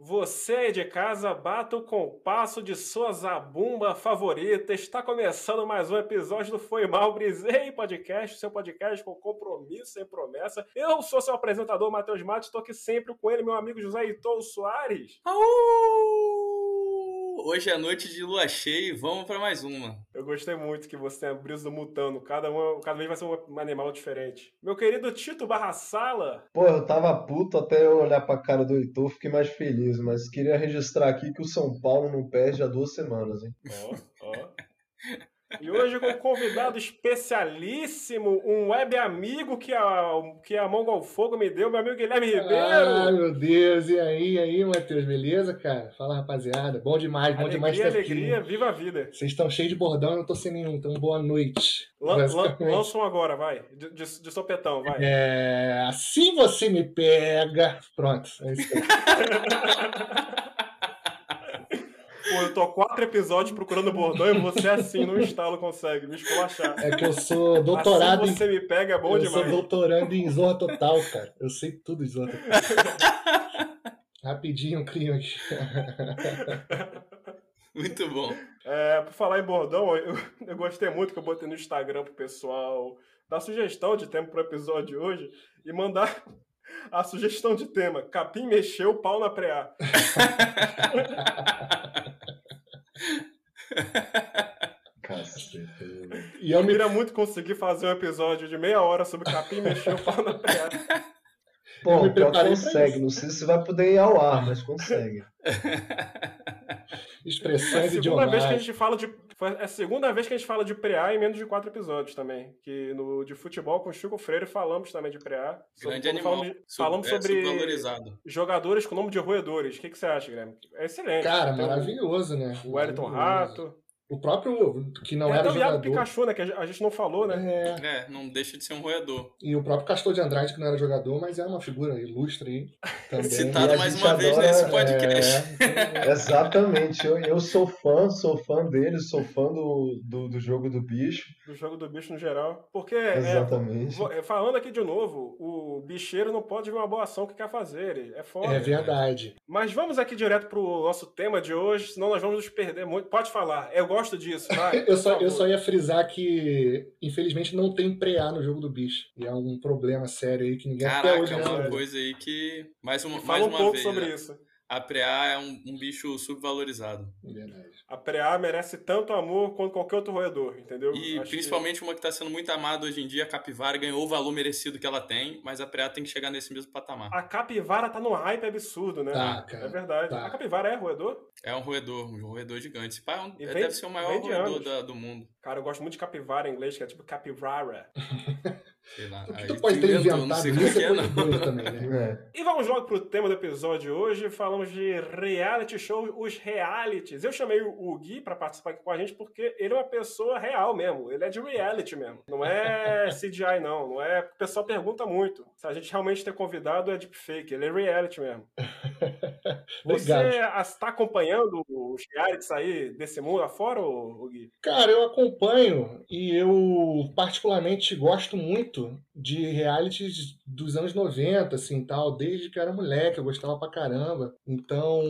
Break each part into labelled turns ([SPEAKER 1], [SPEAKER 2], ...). [SPEAKER 1] Você aí de casa, bata o compasso de sua zabumba favorita. Está começando mais um episódio do Foi Mal Brisei Podcast, seu podcast com compromisso e promessa. Eu sou seu apresentador, Matheus Matos, estou aqui sempre com ele, meu amigo José Itou Soares.
[SPEAKER 2] Aú! Hoje é noite de lua cheia e vamos para mais uma.
[SPEAKER 1] Eu gostei muito que você tenha brisa do Mutano. Cada, uma, cada vez vai ser um animal diferente. Meu querido Tito Barra Sala.
[SPEAKER 3] Pô, eu tava puto até eu olhar pra cara do Heitor, fiquei mais feliz, mas queria registrar aqui que o São Paulo não perde há duas semanas, hein?
[SPEAKER 1] Ó, ó. E hoje com um convidado especialíssimo, um web amigo que a, que a Mongol Fogo me deu, meu amigo Guilherme Ribeiro.
[SPEAKER 4] Ah, meu Deus, e aí, e aí, Matheus, beleza, cara? Fala, rapaziada, bom demais, bom
[SPEAKER 1] alegria,
[SPEAKER 4] demais estar aqui.
[SPEAKER 1] alegria, viva a vida.
[SPEAKER 4] Vocês estão cheios de bordão, eu não tô sem nenhum, então boa noite.
[SPEAKER 1] Lan, lan,
[SPEAKER 4] Basicamente.
[SPEAKER 1] lança um agora, vai. De, de- de sopetão, vai.
[SPEAKER 4] É, assim você me pega. Pronto, é isso aí.
[SPEAKER 1] Pô, eu tô há quatro episódios procurando bordão e você assim no instalo consegue me esculachar.
[SPEAKER 4] É que eu sou doutorado
[SPEAKER 1] assim
[SPEAKER 4] em.
[SPEAKER 1] você me pega, é bom
[SPEAKER 4] eu
[SPEAKER 1] demais.
[SPEAKER 4] sou doutorando em Zorra Total, cara. Eu sei tudo de Zorra Total. Rapidinho, um clima aqui.
[SPEAKER 2] Muito bom.
[SPEAKER 1] É, por falar em bordão, eu, eu gostei muito que eu botei no Instagram pro pessoal dar sugestão de tema pro episódio de hoje e mandar a sugestão de tema. Capim mexeu, pau na
[SPEAKER 4] Então
[SPEAKER 1] preá.
[SPEAKER 3] Cacete.
[SPEAKER 4] E eu
[SPEAKER 1] Eu
[SPEAKER 4] me
[SPEAKER 1] queria muito conseguir fazer um episódio de meia hora sobre capim mexeu, pau na preá.
[SPEAKER 4] Eu
[SPEAKER 3] Pô,
[SPEAKER 4] me
[SPEAKER 3] pior que
[SPEAKER 4] preparei pra
[SPEAKER 3] consegue,
[SPEAKER 4] isso.
[SPEAKER 3] não sei se vai poder ir ao ar, mas consegue.
[SPEAKER 1] É a segunda vez
[SPEAKER 4] expressões
[SPEAKER 1] que a
[SPEAKER 4] idiomáticas.
[SPEAKER 1] gente fala de. foi a segunda vez que a gente fala de preá em menos de quatro episódios também. Que no de futebol com o Chico Freire falamos também de preá. Sobre-
[SPEAKER 2] Grande animal.
[SPEAKER 1] Falamos, de-
[SPEAKER 2] Sub-
[SPEAKER 1] falamos
[SPEAKER 2] é,
[SPEAKER 1] sobre
[SPEAKER 2] subvalorizado.
[SPEAKER 1] jogadores com nome de roedores. O que, que você acha, Guilherme? É excelente.
[SPEAKER 4] Cara,
[SPEAKER 1] Tem o-
[SPEAKER 4] maravilhoso, né?
[SPEAKER 1] O Wellington
[SPEAKER 4] Maravilhoso.
[SPEAKER 1] Rato.
[SPEAKER 4] O próprio que não
[SPEAKER 1] Tem
[SPEAKER 4] era
[SPEAKER 1] até o Iago
[SPEAKER 4] jogador.
[SPEAKER 1] Pikachu, né? Que a gente não falou, né?
[SPEAKER 4] É,
[SPEAKER 2] É, não deixa de ser um roedor.
[SPEAKER 4] e o próprio Castor de Andrade, que não era jogador, mas era uma figura ilustre aí. Também.
[SPEAKER 2] Citado
[SPEAKER 3] E a
[SPEAKER 2] mais
[SPEAKER 3] gente
[SPEAKER 2] uma vez
[SPEAKER 3] adora,
[SPEAKER 2] nesse
[SPEAKER 3] é,
[SPEAKER 2] podcast.
[SPEAKER 4] é,
[SPEAKER 3] Exatamente, eu, eu sou fã, sou fã dele, sou fã do, do, do jogo do bicho.
[SPEAKER 1] Do jogo do bicho no geral. Porque, é,
[SPEAKER 3] Exatamente.
[SPEAKER 1] vo- é, falando aqui de novo, o bicheiro não pode ver uma boa ação que quer fazer. Ele é foda.
[SPEAKER 4] É verdade.
[SPEAKER 1] Mas vamos aqui direto pro nosso tema de hoje, senão nós vamos nos perder muito. Pode falar, eu gosto disso, vai.
[SPEAKER 4] Eu só,
[SPEAKER 1] por
[SPEAKER 4] eu
[SPEAKER 1] favor.
[SPEAKER 4] só ia frisar que, infelizmente, não tem preá no jogo do bicho. E é um problema sério aí que ninguém até
[SPEAKER 2] Caraca,
[SPEAKER 4] hoje
[SPEAKER 2] é
[SPEAKER 4] não
[SPEAKER 3] né?
[SPEAKER 2] uma
[SPEAKER 4] sabe.
[SPEAKER 2] coisa aí que. Mais uma, mais
[SPEAKER 1] Fala um
[SPEAKER 2] uma
[SPEAKER 1] pouco
[SPEAKER 2] vez.
[SPEAKER 1] sobre
[SPEAKER 2] né?
[SPEAKER 1] isso.
[SPEAKER 2] A preá é um, um bicho subvalorizado.
[SPEAKER 4] É Verdade.
[SPEAKER 1] A Preá merece tanto amor quanto qualquer outro roedor, entendeu?
[SPEAKER 2] E
[SPEAKER 1] Acho que-
[SPEAKER 2] principalmente uma que está sendo muito amada hoje em dia, a capivara ganhou o valor merecido que ela tem, mas a preá tem que chegar nesse mesmo patamar.
[SPEAKER 1] A capivara tá num hype absurdo, né?
[SPEAKER 4] Tá,
[SPEAKER 1] É
[SPEAKER 4] cara.
[SPEAKER 1] verdade.
[SPEAKER 4] tá.
[SPEAKER 1] A capivara é roedor?
[SPEAKER 2] É um roedor, um roedor gigante. Esse pai é um-
[SPEAKER 1] E vem-
[SPEAKER 2] deve ser o maior
[SPEAKER 1] vem de
[SPEAKER 2] roedor
[SPEAKER 1] anos.
[SPEAKER 2] da- do mundo.
[SPEAKER 1] Cara, eu gosto muito de capivara em inglês, que é tipo capivara.
[SPEAKER 2] Sei lá.
[SPEAKER 4] O que
[SPEAKER 2] aí
[SPEAKER 4] tu pode ter
[SPEAKER 2] inventou, não
[SPEAKER 4] inventado
[SPEAKER 2] sei como
[SPEAKER 4] isso
[SPEAKER 2] que
[SPEAKER 4] é
[SPEAKER 2] é,
[SPEAKER 4] coisa
[SPEAKER 2] não.
[SPEAKER 4] doida também, né?
[SPEAKER 3] É.
[SPEAKER 1] E vamos logo pro tema do episódio de hoje. Falamos de reality show, os realities. Eu chamei o Gui pra participar aqui com a gente porque ele é uma pessoa real mesmo. Ele é de reality mesmo. Não é CGI, não. Não é. O pessoal pergunta muito. Se a gente realmente ter convidado é deepfake. Ele é reality mesmo. Você
[SPEAKER 4] Obrigado.
[SPEAKER 1] está acompanhando os realities aí desse mundo afora, ô, ô Gui?
[SPEAKER 4] Cara, eu acompanho e eu particularmente gosto muito de realities dos anos 90, assim, tal, desde que eu era moleque, eu gostava pra caramba. Então,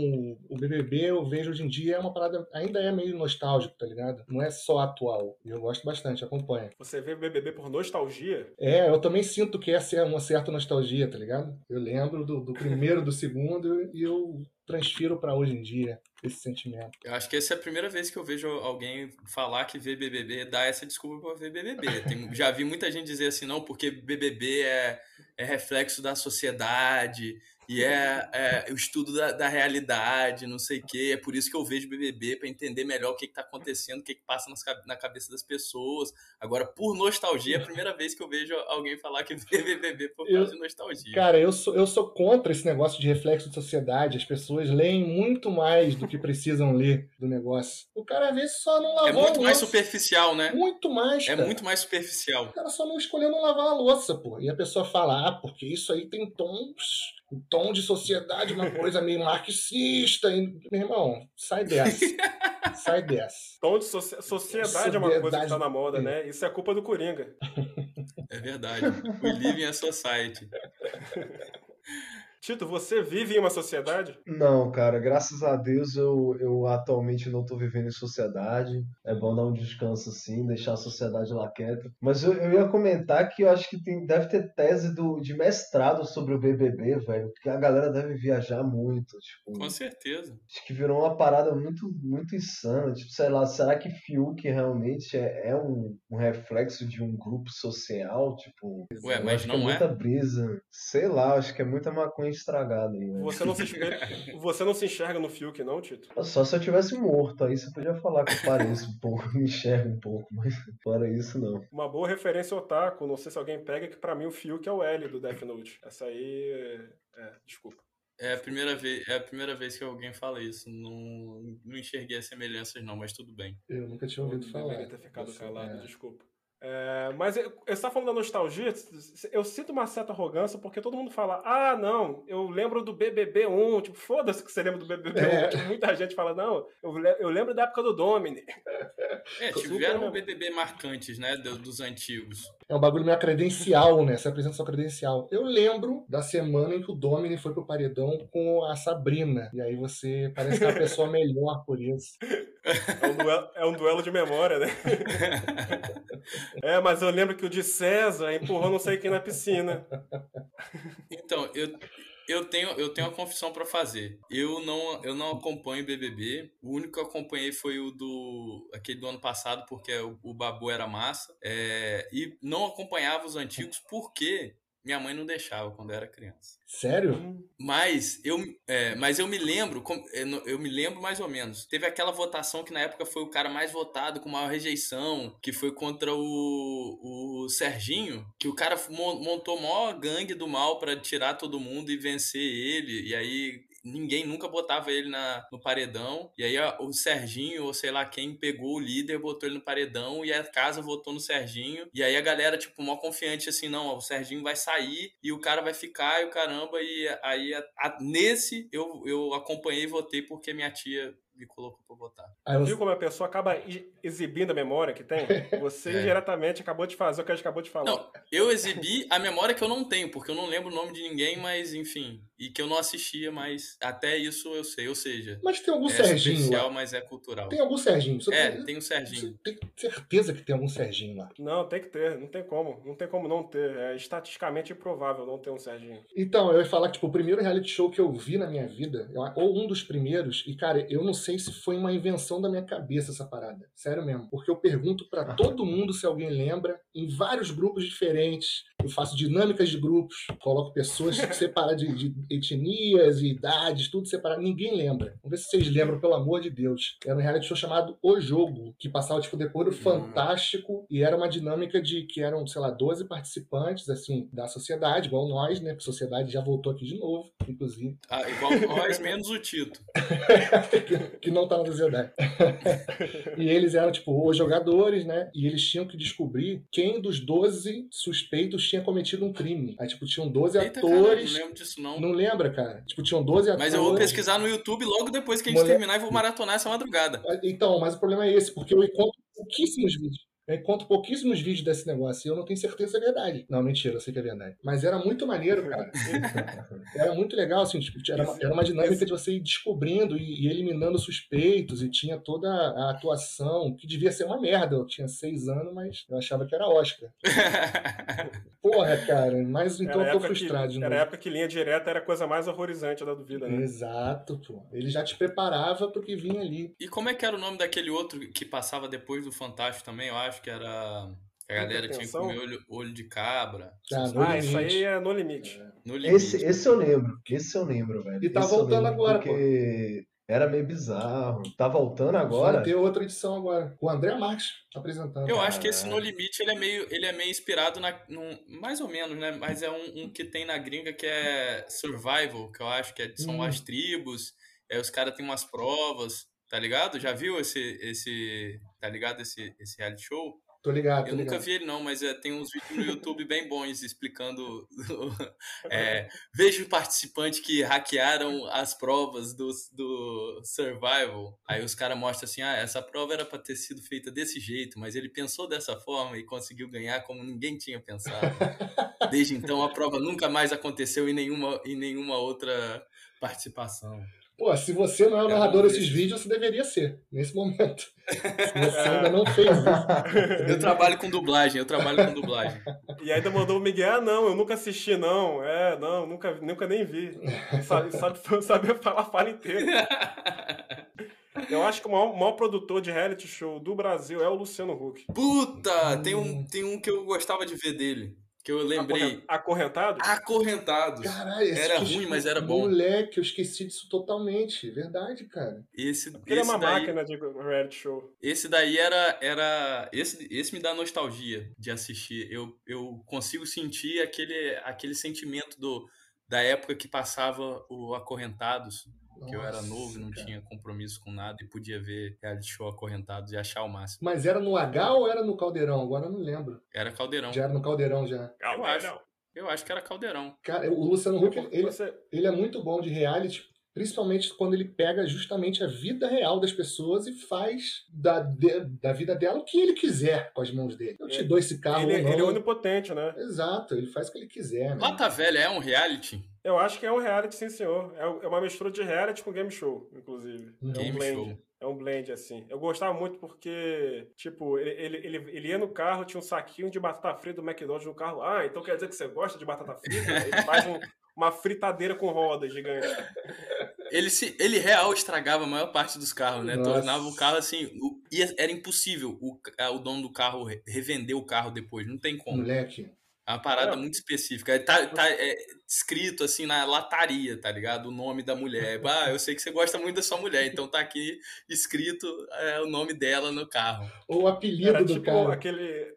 [SPEAKER 4] o BBB eu vejo hoje em dia é uma parada, ainda é meio nostálgico, tá ligado? Não é só atual. E eu gosto bastante, acompanho.
[SPEAKER 1] Você vê o BBB por nostalgia?
[SPEAKER 4] É, eu também sinto que essa é uma certa nostalgia, tá ligado? Eu lembro do, do primeiro, do segundo e eu transfiro pra hoje em dia esse sentimento.
[SPEAKER 2] Eu acho que essa é a primeira vez que eu vejo alguém falar que vê BBB, dar essa desculpa pra ver BBB. Tem- já vi muita gente dizer assim, não, porque BBB é, é reflexo da sociedade e é, é o estudo da, da realidade, não sei o quê. É por isso que eu vejo BBB, pra entender melhor o que, que tá acontecendo, o que, que passa nas ca- na cabeça das pessoas. Agora, por nostalgia, é a primeira vez que eu vejo alguém falar que vê BBB por causa
[SPEAKER 4] Eu-
[SPEAKER 2] de nostalgia.
[SPEAKER 4] Cara, eu sou, eu sou contra esse negócio de reflexo de sociedade. As pessoas leem muito mais do que precisam ler do negócio. O cara às vezes só não lavou
[SPEAKER 2] É muito
[SPEAKER 4] a
[SPEAKER 2] mais
[SPEAKER 4] louça.
[SPEAKER 2] superficial, né?
[SPEAKER 4] Muito mais,
[SPEAKER 2] É
[SPEAKER 4] cara.
[SPEAKER 2] muito mais superficial.
[SPEAKER 4] O cara só não escolheu não lavar a louça, pô. E a pessoa fala, ah, porque isso aí tem tons, um tom de sociedade, uma coisa meio marxista. E, meu irmão, sai dessa. sai dessa.
[SPEAKER 1] Tom de Então, socie- sociedade é uma coisa que
[SPEAKER 4] Sociedade.
[SPEAKER 1] tá na moda, né? Isso é culpa do Coringa.
[SPEAKER 2] É verdade. We live in a society.
[SPEAKER 1] Tito, você vive em uma sociedade?
[SPEAKER 3] Não, cara, graças a Deus eu, eu atualmente não tô vivendo em sociedade. É bom dar um descanso assim, deixar a sociedade lá quieta. Mas eu, eu ia comentar que eu acho que tem, deve ter tese do, de mestrado sobre o BBB, velho, porque a galera deve viajar muito. Tipo,
[SPEAKER 2] Com certeza.
[SPEAKER 3] acho que virou uma parada muito, muito insana. Tipo, sei lá, será que Fiuk realmente é, é um, um reflexo de um grupo social? Tipo,
[SPEAKER 2] Ué,
[SPEAKER 3] eu
[SPEAKER 2] mas
[SPEAKER 3] acho que
[SPEAKER 2] não
[SPEAKER 3] é
[SPEAKER 2] é?
[SPEAKER 3] muita brisa. Sei lá, acho que é muita maconha estragada aí, velho.
[SPEAKER 1] Você não se espelha- você não se enxerga no Fiuk, não, Tito?
[SPEAKER 3] Só se eu tivesse morto, aí você podia falar que eu pareço um pouco, me enxergo um pouco, mas fora isso não.
[SPEAKER 1] Uma boa referência ao Otaku, não sei se alguém pega, que pra mim o Fiuk é o L do Death Note. Essa aí. é- É, desculpa.
[SPEAKER 2] É a primeira vez, é a primeira vez que alguém fala isso. Não, não enxerguei as semelhanças, não, mas tudo bem.
[SPEAKER 4] Eu nunca tinha ouvido falar.
[SPEAKER 1] Deveria ter ficado
[SPEAKER 4] Você-
[SPEAKER 1] calado,
[SPEAKER 4] é.
[SPEAKER 1] desculpa. É, mas eu, eu estava falando da nostalgia, eu sinto uma certa arrogância porque todo mundo fala: ah, não, eu lembro do BBB1. Tipo, foda-se que você lembra do BBB1.
[SPEAKER 4] É.
[SPEAKER 1] Tipo, muita gente fala: não, eu, le- eu lembro da época do Domini.
[SPEAKER 2] É,
[SPEAKER 1] Super
[SPEAKER 2] tiveram
[SPEAKER 1] mesmo.
[SPEAKER 2] BBB marcantes, né? do- dos antigos.
[SPEAKER 4] É um bagulho meio credencial, né? Você apresenta sua credencial. Eu lembro da semana em que o Domini foi pro paredão com a Sabrina. E aí você parece que é uma pessoa melhor por isso.
[SPEAKER 1] É um duelo, é um duelo de memória, né? É, mas eu lembro que o de César empurrou não sei quem na piscina.
[SPEAKER 2] Então, eu, eu, tenho, eu tenho uma confissão pra fazer. Eu não, eu não acompanho BBB. O único que eu acompanhei foi o do aquele do ano passado, porque o, o Babu era massa. É, e não acompanhava os antigos porque minha mãe não deixava quando eu era criança.
[SPEAKER 4] Sério?
[SPEAKER 2] Mas eu, é, mas eu me lembro, com- eu não- eu me lembro mais ou menos. Teve aquela votação que na época foi o cara mais votado, com maior rejeição, que foi contra o, o Serginho, que o cara mon- montou maior gangue do mal pra tirar todo mundo e vencer ele. E aí ninguém nunca botava ele na, no paredão. E aí ó, o Serginho, ou sei lá quem, pegou o líder, botou ele no paredão e a casa votou no Serginho. E aí a galera, tipo, mó confiante, assim, não, ó, o Serginho vai sair e o cara vai ficar e o caramba. E aí a- a- nesse eu, eu acompanhei e votei porque minha tia me colocou pra votar.
[SPEAKER 4] Aí você-
[SPEAKER 1] Viu como a pessoa acaba i- exibindo a memória que tem? Você
[SPEAKER 2] É.
[SPEAKER 1] diretamente acabou de fazer o que a gente acabou de falar.
[SPEAKER 2] Não, eu exibi a memória que eu não tenho, porque eu não lembro o nome de ninguém, mas enfim. E que eu não assistia, mas até isso eu sei. Ou seja,
[SPEAKER 4] Mas tem algum
[SPEAKER 2] é
[SPEAKER 4] Serginho
[SPEAKER 2] superficial,
[SPEAKER 4] lá.
[SPEAKER 2] mas é cultural.
[SPEAKER 4] Tem algum Serginho. Você
[SPEAKER 2] É,
[SPEAKER 4] tem...
[SPEAKER 2] tem o
[SPEAKER 4] você
[SPEAKER 2] Serginho.
[SPEAKER 4] tem certeza que tem algum Serginho lá.
[SPEAKER 1] Não, tem que ter, não tem como. Não tem como não ter. É estatisticamente improvável não ter um Serginho.
[SPEAKER 4] Então, eu ia falar que tipo, o primeiro reality show que eu vi na minha vida, eu- ou um dos primeiros, e cara, eu não sei se foi uma invenção da minha cabeça essa parada. Sério mesmo. Porque eu pergunto pra todo mundo se alguém lembra, em vários grupos diferentes. Eu faço dinâmicas de grupos, coloco pessoas separadas de, de etnias e idades, tudo separado. Ninguém lembra. Vamos ver se vocês lembram, pelo amor de Deus. Era um reality show chamado O Jogo, que passava tipo depois do Fantástico e era uma dinâmica de que eram, sei lá, 12 participantes assim da sociedade, igual nós, né? Porque a sociedade já voltou aqui de novo, inclusive
[SPEAKER 2] Ah, igual nós, menos o Tito.
[SPEAKER 4] que não tá na sociedade. e eles eram, tipo, os jogadores, né? E eles tinham que descobrir quem dos 12 suspeitos tinha cometido um crime. Aí, tipo, tinham 12
[SPEAKER 2] Eita, caralho,
[SPEAKER 4] atores.
[SPEAKER 2] não lembro disso não.
[SPEAKER 4] não lembra, cara? Tipo, tinham 12 atores.
[SPEAKER 2] Mas eu vou pesquisar no YouTube logo depois que a gente
[SPEAKER 4] Moleque.
[SPEAKER 2] terminar e vou maratonar essa madrugada.
[SPEAKER 4] Então, mas o problema é esse, porque eu encontro pouquíssimos vídeos. Eu encontro pouquíssimos vídeos desse negócio e eu não tenho certeza se é verdade. Não, mentira, eu sei que é verdade. Mas era muito maneiro, cara. Era muito legal, assim, tipo, era, uma, era uma dinâmica de você ir descobrindo e, e eliminando suspeitos, e tinha toda a atuação, que devia ser uma merda. Eu tinha seis anos, mas eu achava que era Oscar. Porra, cara, mas então
[SPEAKER 1] Era a
[SPEAKER 4] eu tô
[SPEAKER 1] época que-
[SPEAKER 4] frustrado de
[SPEAKER 1] Era
[SPEAKER 4] novo.
[SPEAKER 1] a época que linha direta era a coisa mais horrorizante da vida, né?
[SPEAKER 4] Exato, pô. Ele já te preparava pro que vinha ali.
[SPEAKER 2] E como é que era o nome daquele outro que passava depois do Fantástico também? Eu acho que era. A galera tinha que
[SPEAKER 1] Atenção.
[SPEAKER 2] comer olho, olho de cabra.
[SPEAKER 4] Ah, no
[SPEAKER 1] Ah,
[SPEAKER 4] limite.
[SPEAKER 1] isso aí é no limite.
[SPEAKER 2] No limite.
[SPEAKER 3] Esse, esse eu lembro, esse eu lembro, velho.
[SPEAKER 4] E tá
[SPEAKER 3] Esse eu
[SPEAKER 4] voltando
[SPEAKER 3] lembro,
[SPEAKER 4] agora, pô.
[SPEAKER 3] Porque era meio bizarro. Tá voltando agora?
[SPEAKER 4] Vai ter outra edição agora. O André Marques apresentando.
[SPEAKER 2] Eu acho que esse No
[SPEAKER 3] Caralho.
[SPEAKER 2] Limite ele é meio, ele é meio inspirado na. num- mais ou menos, né? Mas é um, um que tem na gringa que é Survival, que eu acho que é- são
[SPEAKER 4] Hum.
[SPEAKER 2] as tribos, aí os caras têm umas provas, tá ligado? Já viu esse. esse tá ligado? Esse, esse reality show?
[SPEAKER 4] Tô ligado, tô
[SPEAKER 2] Eu nunca
[SPEAKER 4] ligado.
[SPEAKER 2] vi ele, não, mas é, tem uns vídeos no YouTube bem bons explicando. é, vejo participante que hackearam as provas do, do Survival. Aí os caras mostram assim: ah, essa prova era pra ter sido feita desse jeito, mas ele pensou dessa forma e conseguiu ganhar como ninguém tinha pensado. Desde então, a prova nunca mais aconteceu em nenhuma, em nenhuma outra participação.
[SPEAKER 4] Pô, se você não é o
[SPEAKER 2] É,
[SPEAKER 4] narrador
[SPEAKER 2] vamos
[SPEAKER 4] desses
[SPEAKER 2] ver.
[SPEAKER 4] vídeos, você deveria ser, nesse momento. Se você ainda não fez isso.
[SPEAKER 2] Eu trabalho com dublagem, eu trabalho com dublagem.
[SPEAKER 1] E ainda mandou o Miguel, ah, não, eu nunca assisti, não. É, não, nunca, nunca nem vi. Sabe, sabe, sabe falar a fala inteira. Eu acho que o maior, o maior produtor de reality show do Brasil é o Luciano Huck.
[SPEAKER 2] Puta, tem um, tem um que eu gostava de ver dele, que eu lembrei. Ah,
[SPEAKER 1] Acorren- Acorrentado?
[SPEAKER 2] Acorrentados.
[SPEAKER 4] Caralho, esse
[SPEAKER 2] Era
[SPEAKER 4] que eu
[SPEAKER 2] ruim,
[SPEAKER 4] esque-
[SPEAKER 2] mas era bom.
[SPEAKER 4] Moleque, eu esqueci disso totalmente. Verdade, cara.
[SPEAKER 2] Esse,
[SPEAKER 1] Porque ele é
[SPEAKER 2] esse
[SPEAKER 1] uma
[SPEAKER 2] daí,
[SPEAKER 1] máquina de reality show.
[SPEAKER 2] esse daí era. era esse, esse me dá nostalgia de assistir. Eu, eu consigo sentir aquele, aquele sentimento do, da época que passava o Acorrentados, que eu era
[SPEAKER 4] Nossa,
[SPEAKER 2] novo, não
[SPEAKER 4] cara.
[SPEAKER 2] tinha compromisso com nada e podia ver reality show Acorrentados e achar o máximo.
[SPEAKER 4] Mas era no H ou era no Caldeirão? Agora eu não lembro.
[SPEAKER 2] Era Caldeirão.
[SPEAKER 4] Já era no Caldeirão, já.
[SPEAKER 1] Calma,
[SPEAKER 2] acho.
[SPEAKER 1] não.
[SPEAKER 2] Eu acho que era Caldeirão.
[SPEAKER 4] Cara, o Luciano Huck, ele,
[SPEAKER 1] Você-
[SPEAKER 4] ele é muito bom de reality, principalmente quando ele pega justamente a vida real das pessoas e faz da, de- da vida dela o que ele quiser com as mãos dele. Eu te dou esse carro
[SPEAKER 1] ele,
[SPEAKER 4] ou não.
[SPEAKER 1] ele é onipotente, né?
[SPEAKER 4] Exato, ele faz o que ele quiser. Né?
[SPEAKER 2] Mata Velha é um reality?
[SPEAKER 1] Eu acho que é um reality, sim, senhor. É, é uma mistura de reality com game show, inclusive.
[SPEAKER 4] Uhum.
[SPEAKER 1] É um
[SPEAKER 2] Game
[SPEAKER 1] blend.
[SPEAKER 2] show.
[SPEAKER 1] É um blend, assim. Eu gostava muito porque, tipo, ele, ele, ele, ele ia no carro, tinha um saquinho de batata frita do McDonald's no carro. Ah, então quer dizer que você gosta de batata frita? Ele faz um- uma fritadeira com roda gigante.
[SPEAKER 2] Ele, se, ele real estragava a maior parte dos carros, né?
[SPEAKER 4] Nossa.
[SPEAKER 2] Tornava o carro assim. o- ia- era impossível o, ca- o dono do carro re- revender o carro depois. Não tem como.
[SPEAKER 4] Moleque.
[SPEAKER 2] É uma parada
[SPEAKER 1] É.
[SPEAKER 2] muito específica. Tá, tá, é, escrito assim na lataria, tá ligado? O nome da mulher. Ah, eu sei que você gosta muito da sua mulher, então tá aqui escrito é, o nome dela no carro.
[SPEAKER 4] Ou o apelido
[SPEAKER 1] Era
[SPEAKER 4] do
[SPEAKER 1] tipo
[SPEAKER 4] cara.
[SPEAKER 1] aquele.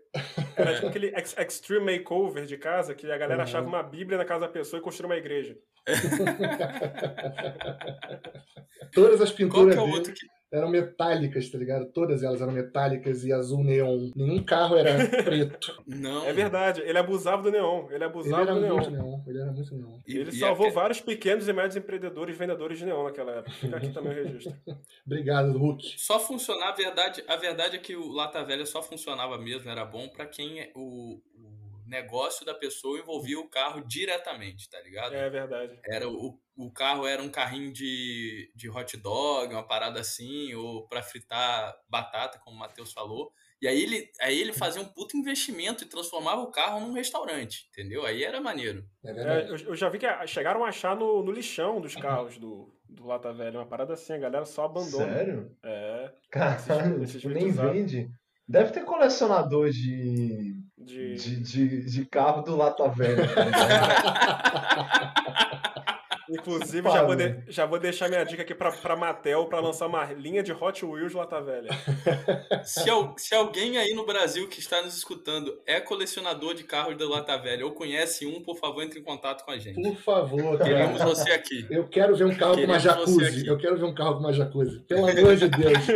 [SPEAKER 1] Era tipo aquele ex- extreme makeover de casa que a galera
[SPEAKER 4] Uhum.
[SPEAKER 1] achava uma bíblia na casa da pessoa e construía uma igreja.
[SPEAKER 4] Todas as
[SPEAKER 2] Qual
[SPEAKER 4] pinturas
[SPEAKER 2] que é o
[SPEAKER 4] dele
[SPEAKER 2] outro que.
[SPEAKER 4] eram metálicas, tá ligado? Todas elas eram metálicas e azul neon. Nenhum carro era preto.
[SPEAKER 2] Não.
[SPEAKER 1] É verdade, ele abusava do neon. Ele
[SPEAKER 4] Então, ele
[SPEAKER 1] abusava
[SPEAKER 4] era um
[SPEAKER 1] do neon.
[SPEAKER 4] muito neon. Ele era muito neon.
[SPEAKER 2] E-
[SPEAKER 1] Ele
[SPEAKER 2] e é
[SPEAKER 1] salvou
[SPEAKER 2] a-
[SPEAKER 1] vários pequenos e médios empreendedores e vendedores de neon naquela época. Fica aqui também o registro.
[SPEAKER 4] Obrigado, Hulk.
[SPEAKER 2] Só funcionava, a verdade, a verdade é que o Lata Velha só funcionava mesmo, era bom pra quem é- o, o negócio da pessoa envolvia o carro diretamente, tá ligado?
[SPEAKER 1] É verdade.
[SPEAKER 2] Era o, o carro era um carrinho de, de hot dog, uma parada assim, ou pra fritar batata, como o Matheus falou. E aí ele, aí ele fazia um puto investimento e transformava o carro num restaurante, entendeu? Aí era maneiro.
[SPEAKER 4] É
[SPEAKER 1] É,
[SPEAKER 4] verdade.
[SPEAKER 1] eu, eu já vi que a- chegaram a achar no, no lixão dos carros do, do Lata Velha. Uma parada assim, a galera só abandona.
[SPEAKER 3] Sério?
[SPEAKER 1] É.
[SPEAKER 3] Caralho,
[SPEAKER 1] Esses- esses
[SPEAKER 3] nem
[SPEAKER 1] vídeos usados.
[SPEAKER 3] vende. Deve ter colecionador de,
[SPEAKER 1] De,
[SPEAKER 3] de, de, de carro do Lata Velha. tá ligado?
[SPEAKER 1] Inclusive,
[SPEAKER 3] Fala,
[SPEAKER 1] já vou, de- já vou deixar minha dica aqui pra, pra Mattel pra lançar uma linha de Hot Wheels Lata Velha.
[SPEAKER 2] Se, al- se alguém aí no Brasil que está nos escutando é colecionador de carros da Lata Velha ou conhece um, por favor, entre em contato com a gente.
[SPEAKER 4] Por favor, cara.
[SPEAKER 2] Queremos você aqui.
[SPEAKER 4] Eu quero ver um carro com uma
[SPEAKER 2] Queremos você
[SPEAKER 4] jacuzzi.
[SPEAKER 2] aqui.
[SPEAKER 4] Eu quero ver um carro com uma jacuzzi. Pelo amor de Deus.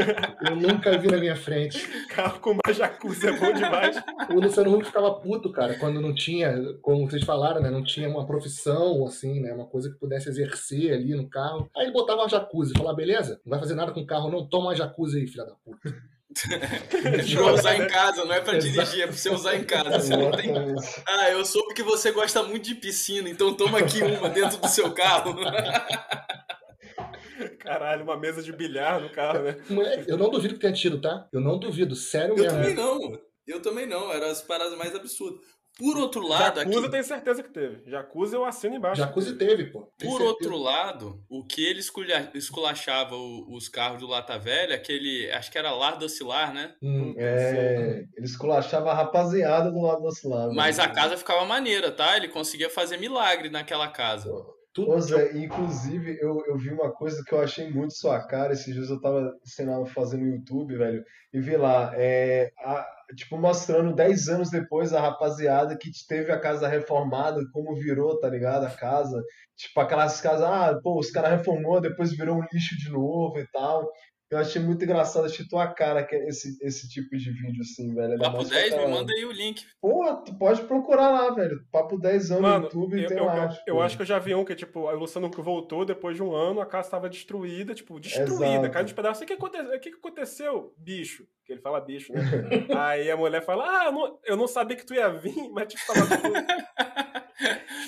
[SPEAKER 4] Eu nunca vi na minha frente.
[SPEAKER 1] Carro com uma jacuzzi é bom demais.
[SPEAKER 4] O Luciano Huck ficava puto, cara, quando não tinha, como vocês falaram, né? Não tinha uma profissão, assim, né? Uma coisa que pudesse exercer ali no carro. Aí ele botava uma jacuzzi. Falava, beleza? Não vai fazer nada com o carro, não. Toma uma jacuzzi aí, filha da puta.
[SPEAKER 2] Pra usar em casa, não é pra dirigir, é pra você usar em casa.
[SPEAKER 3] Um
[SPEAKER 2] Você não tem...
[SPEAKER 3] Exatamente.
[SPEAKER 2] Ah, eu soube que você gosta muito de piscina, então toma aqui uma dentro do seu carro.
[SPEAKER 1] Caralho, uma mesa de bilhar no carro, né?
[SPEAKER 4] Moleque, eu não duvido que tenha tido, tá? Eu não duvido. Sério
[SPEAKER 2] Eu
[SPEAKER 4] mesmo.
[SPEAKER 2] também
[SPEAKER 4] né?
[SPEAKER 2] não. Eu também não. Era as paradas mais absurdas. Por outro lado, aqui,
[SPEAKER 1] Jacuzzi eu tenho certeza que teve. Jacuzzi eu assino embaixo.
[SPEAKER 4] Jacuzzi teve, pô. Tem
[SPEAKER 2] por
[SPEAKER 4] certeza.
[SPEAKER 2] outro lado, o que ele esculha- esculachava o- os carros do Lata Velha, aquele. Acho que era Lar Docilar, né?
[SPEAKER 4] Hum,
[SPEAKER 3] É, eles colachavam a rapaziada do lado nosso lado.
[SPEAKER 2] Mas a casa ficava maneira, tá? Ele conseguia fazer milagre naquela casa.
[SPEAKER 4] tudo.
[SPEAKER 3] Ô Zé, inclusive eu, eu vi uma coisa que eu achei muito sua cara. Esses dias eu tava, sei lá, fazendo YouTube, velho, e vi lá, é, a- tipo, mostrando 10 anos depois a rapaziada que teve a casa reformada, como virou, tá ligado? A casa. Tipo, aquelas casas, ah, pô, os caras reformou, depois virou um lixo de novo e tal. Eu achei muito engraçado, achei tua cara que é esse, esse tipo de vídeo, assim, velho. É
[SPEAKER 2] Papo
[SPEAKER 3] massa
[SPEAKER 2] 10,
[SPEAKER 3] pra
[SPEAKER 2] me
[SPEAKER 3] caralho.
[SPEAKER 2] manda aí o link.
[SPEAKER 3] Pô, tu pode procurar lá, velho. Papo 10 anos
[SPEAKER 1] Mano,
[SPEAKER 3] no YouTube
[SPEAKER 1] eu,
[SPEAKER 3] tem
[SPEAKER 1] eu-
[SPEAKER 3] lá.
[SPEAKER 1] eu-
[SPEAKER 3] tipo,
[SPEAKER 1] eu acho que eu já vi um que, tipo, a Luciano que voltou depois de um ano, a casa estava destruída, tipo, destruída,
[SPEAKER 3] Exato.
[SPEAKER 1] casa de pedaços. O que, aconte- o que que aconteceu? Bicho. Que ele fala bicho, né? Aí a mulher fala: Ah, eu não, eu não sabia que tu ia vir, mas tipo, tava tudo.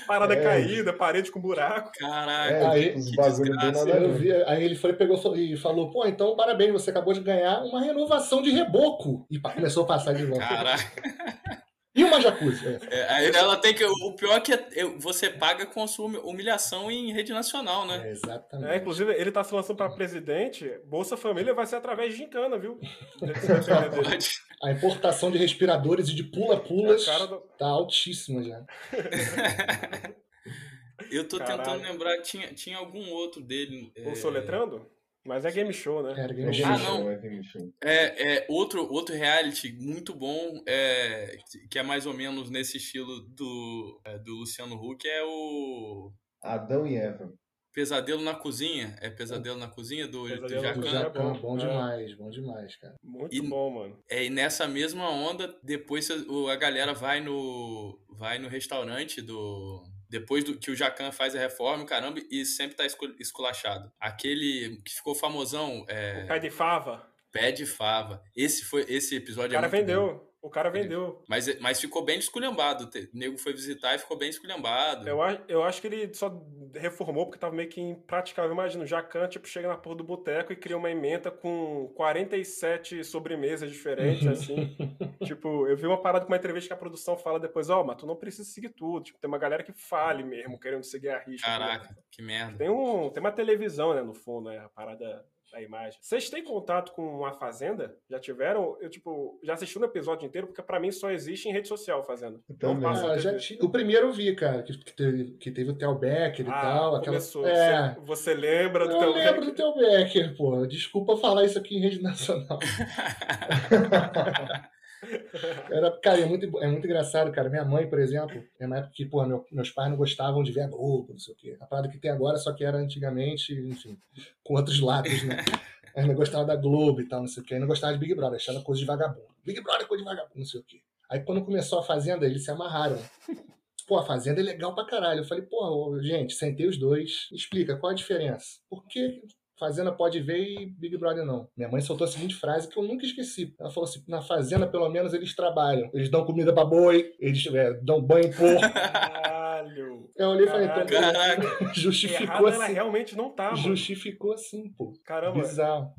[SPEAKER 1] Parada
[SPEAKER 3] É.
[SPEAKER 1] caída, parede com buraco.
[SPEAKER 2] Caraca,
[SPEAKER 3] É,
[SPEAKER 2] que,
[SPEAKER 3] tipo, os
[SPEAKER 2] que
[SPEAKER 3] bagulho do
[SPEAKER 2] desgraça.
[SPEAKER 3] nada. a
[SPEAKER 4] Eu
[SPEAKER 3] ver.
[SPEAKER 4] vi, aí ele foi e pegou e falou: pô, então parabéns, você acabou de ganhar uma renovação de reboco. E pa- começou a passar de volta.
[SPEAKER 2] Caraca.
[SPEAKER 4] E uma jacuzzi? É.
[SPEAKER 2] É, aí ela tem que. O pior é que é- você paga com a sua humilhação em rede nacional, né?
[SPEAKER 4] É,
[SPEAKER 1] É,
[SPEAKER 4] exatamente.
[SPEAKER 1] inclusive, ele tá se lançando pra presidente. Bolsa Família vai ser através de gincana, viu? Deve ser a cara dele.
[SPEAKER 2] Pode.
[SPEAKER 4] A importação de respiradores e de
[SPEAKER 1] A
[SPEAKER 4] pula-pulas
[SPEAKER 1] É, cara do-
[SPEAKER 4] tá altíssima já.
[SPEAKER 2] Eu tô
[SPEAKER 1] Caralho.
[SPEAKER 2] tentando lembrar, tinha, tinha algum outro dele. é,
[SPEAKER 1] Ou soletrando? Mas é game show, né?
[SPEAKER 4] Cara, que
[SPEAKER 3] É
[SPEAKER 4] não-
[SPEAKER 3] game
[SPEAKER 2] Ah,
[SPEAKER 3] show,
[SPEAKER 2] não.
[SPEAKER 3] é game show.
[SPEAKER 2] É, é outro, outro reality muito bom, é, que é mais ou menos nesse estilo do, é, do Luciano Huck, é o
[SPEAKER 3] Adão e Eva.
[SPEAKER 2] Pesadelo na Cozinha. É Pesadelo na Cozinha do, do
[SPEAKER 1] Pesadelo na
[SPEAKER 4] do
[SPEAKER 2] Jacan.
[SPEAKER 1] Cozinha.
[SPEAKER 4] Jacan,
[SPEAKER 1] bom.
[SPEAKER 4] bom
[SPEAKER 1] É.
[SPEAKER 4] demais, bom demais, cara.
[SPEAKER 1] Muito
[SPEAKER 2] E-
[SPEAKER 1] bom, mano.
[SPEAKER 2] É, e nessa mesma onda, depois cê- o- a galera vai no vai no restaurante do depois do que o Jacan faz a reforma, caramba, e sempre tá escul- esculachado. Aquele que ficou famosão, é,
[SPEAKER 1] O Cai de Fava.
[SPEAKER 2] pé de fava. Esse foi esse
[SPEAKER 1] O
[SPEAKER 2] episódio é
[SPEAKER 1] cara
[SPEAKER 2] muito bom.
[SPEAKER 1] vendeu. O cara vendeu.
[SPEAKER 2] Mas, é- mas ficou bem desculhambado. Te- O nego foi visitar e ficou bem desculhambado.
[SPEAKER 1] Eu, a- eu acho que ele só reformou porque tava meio que impraticável. Imagina, o Jacan, tipo, chega na porra do boteco e cria uma emenda com 47 sobremesas diferentes, assim. tipo, eu vi uma parada com uma entrevista que a produção fala depois, ó, mas tu não precisa seguir tudo. Tipo, tem uma galera que fale mesmo, querendo seguir a risca. tá
[SPEAKER 2] Caraca, que merda.
[SPEAKER 1] Tem, um, tem uma televisão, né, no fundo, né, a parada da imagem. Vocês têm contato com a Fazenda? Já tiveram? Eu, tipo, já assisti um episódio inteiro, porque pra mim só existe em rede social a Fazenda.
[SPEAKER 3] Também.
[SPEAKER 1] passa
[SPEAKER 4] Ah,
[SPEAKER 1] na
[SPEAKER 4] já
[SPEAKER 1] TV.
[SPEAKER 4] ti- O primeiro eu vi, cara, que, que teve, que teve o Theo Becker e
[SPEAKER 1] Ah,
[SPEAKER 4] tal. Aquela...
[SPEAKER 1] começou.
[SPEAKER 4] É,
[SPEAKER 1] Você, você lembra do
[SPEAKER 4] eu
[SPEAKER 1] teu
[SPEAKER 4] lembro do Theo Becker, pô. Desculpa falar isso aqui em rede nacional. Era, cara, é muito, é muito engraçado, cara. Minha mãe, por exemplo, é uma época que, pô, meu- meus pais não gostavam de ver a Globo, não sei o quê. A parada que tem agora, só que era antigamente, enfim, com outros lados, né? Aí não gostava da Globo e tal, não sei o quê. Aí não gostava de Big Brother, achava coisa de vagabundo. Big Brother é coisa de vagabundo, não sei o quê. Aí quando começou a Fazenda, eles se amarraram. Pô, a Fazenda é legal pra caralho. Eu falei, pô, ô, gente, sentei os dois. Explica, qual a diferença? Por que Fazenda pode ver e Big Brother não. Minha mãe soltou a seguinte frase que eu nunca esqueci. Ela falou assim: na Fazenda, pelo menos, eles trabalham. Eles dão comida pra boi, eles é, dão banho em porco.
[SPEAKER 1] Caralho.
[SPEAKER 4] Eu olhei e falei: então,
[SPEAKER 1] Caralho.
[SPEAKER 2] Caraca,
[SPEAKER 4] justificou
[SPEAKER 1] Errada ela
[SPEAKER 4] assim.
[SPEAKER 1] realmente não tá, mano.
[SPEAKER 4] Justificou assim, pô.
[SPEAKER 1] Caramba,
[SPEAKER 4] Bizarro.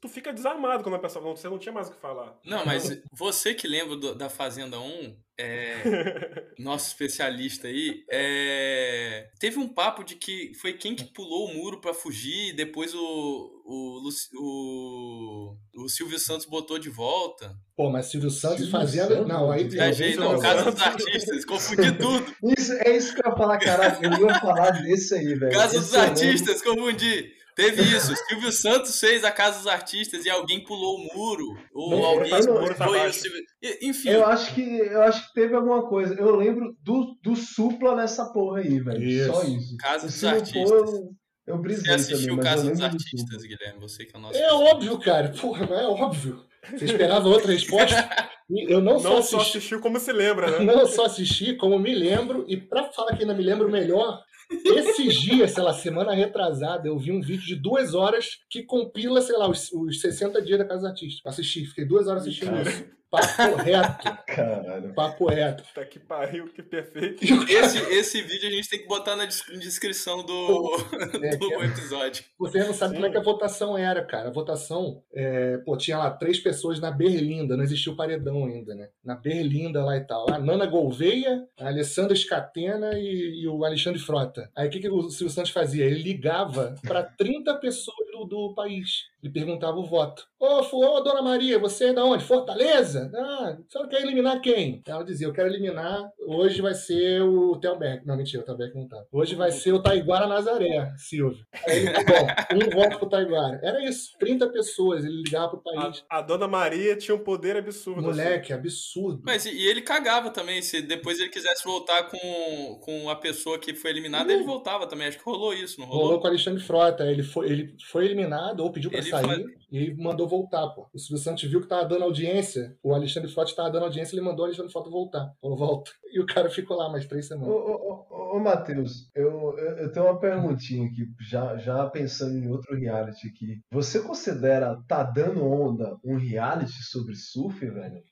[SPEAKER 1] tu fica desarmado quando a pessoa fala, você não tinha mais o que falar.
[SPEAKER 2] não, mas você que lembra do- da Fazenda 1, é, nosso especialista aí, é, teve um papo de que foi quem que pulou o muro pra fugir e depois o, o, Luci- o, o Silvio Santos botou de volta.
[SPEAKER 4] Pô, mas Silvio Santos e
[SPEAKER 3] Silvio
[SPEAKER 4] Fazenda.
[SPEAKER 3] Santos?
[SPEAKER 4] Não, aí.
[SPEAKER 2] Viajei,
[SPEAKER 1] Silvio
[SPEAKER 2] não, Casa
[SPEAKER 1] Santos.
[SPEAKER 2] dos Artistas, confundi tudo.
[SPEAKER 3] Isso, é isso que eu ia falar, caralho. Eu ia falar desse aí, velho.
[SPEAKER 2] Casa dos
[SPEAKER 3] Esse eu lembro.
[SPEAKER 2] Artistas, confundi. Teve isso, o Silvio Santos fez a Casa dos Artistas e alguém pulou o muro. Ou
[SPEAKER 3] Não,
[SPEAKER 2] alguém
[SPEAKER 1] tá
[SPEAKER 3] foi no-
[SPEAKER 1] foi pra
[SPEAKER 2] foi o
[SPEAKER 1] baixo.
[SPEAKER 2] Silvio... e- Enfim,
[SPEAKER 3] Eu acho que eu acho que teve alguma coisa. Eu lembro do, do supla nessa porra aí, velho.
[SPEAKER 4] Isso.
[SPEAKER 3] Só isso.
[SPEAKER 2] Casa
[SPEAKER 3] Se
[SPEAKER 2] dos
[SPEAKER 3] não
[SPEAKER 2] Artistas.
[SPEAKER 3] for, eu, eu
[SPEAKER 2] Você
[SPEAKER 3] brisei também,
[SPEAKER 2] assistiu
[SPEAKER 3] mas eu
[SPEAKER 2] Casa
[SPEAKER 3] lembro
[SPEAKER 2] dos
[SPEAKER 3] do supla.
[SPEAKER 2] Artistas, Guilherme, você que é o nosso...
[SPEAKER 4] É óbvio, cara. Porra, não é óbvio. Você esperava outra resposta? Eu não,
[SPEAKER 1] Não
[SPEAKER 4] só
[SPEAKER 1] só
[SPEAKER 4] assisti.
[SPEAKER 1] assistiu como se lembra, né?
[SPEAKER 4] Não só assisti, como me lembro, e pra falar que ainda me lembro melhor, esses dias, sei lá, semana retrasada, eu vi um vídeo de duas horas que compila, sei lá, os, os 60 dias da Casa dos Artistas. Assisti, fiquei duas horas assistindo
[SPEAKER 3] Cara.
[SPEAKER 4] isso. Papo reto,
[SPEAKER 3] Caralho.
[SPEAKER 4] papo reto.
[SPEAKER 1] Puta que pariu, que perfeito.
[SPEAKER 2] Esse, esse vídeo a gente tem que botar na des- descrição do,
[SPEAKER 4] É,
[SPEAKER 2] do episódio.
[SPEAKER 4] Você não sabe
[SPEAKER 1] Sim.
[SPEAKER 4] como é que a votação era, cara. A votação, é, pô, tinha lá três pessoas na Berlinda, não existia o paredão ainda, né? Na Berlinda lá e tal. A Nana Gouveia, a Alessandra Scatena e, e o Alexandre Frota. Aí o que, que o Silvio Santos fazia? Ele ligava pra 30 pessoas do, do país e perguntava o voto. Ô, fu- ô, Dona Maria, você é da onde? Fortaleza? Ah, a senhora quer eliminar quem? Ela dizia, eu quero eliminar, hoje vai ser o Telberg. Não, mentira, o Telberg não tá. Hoje vai ser o Taiguara Nazaré, Silvio. Aí ele, bom, um voto pro Taiguara. Era isso, 30 pessoas, ele ligava pro país.
[SPEAKER 1] A, a dona Maria tinha um poder absurdo.
[SPEAKER 4] Moleque, absurdo.
[SPEAKER 2] assim. Mas e, e ele cagava também. Se depois ele quisesse voltar com, com a pessoa que foi eliminada, ele voltava também. Acho que rolou isso, não rolou?
[SPEAKER 4] Rolou com o Alexandre Frota, ele foi, ele foi foi eliminado ou pediu pra
[SPEAKER 2] Ele
[SPEAKER 4] sair
[SPEAKER 2] foi-
[SPEAKER 4] e mandou voltar, pô. O Silvio Santos viu que tava dando audiência, o Alexandre Frota tava dando audiência, ele mandou o Alexandre Frota voltar. Falou, volta. E o cara ficou lá mais três
[SPEAKER 3] Ô,
[SPEAKER 4] semanas.
[SPEAKER 3] ô, ô, ô, Matheus, eu, eu eu tenho uma perguntinha aqui, já, já pensando em outro reality aqui. Você considera Tá Dando Onda um reality sobre surf, velho?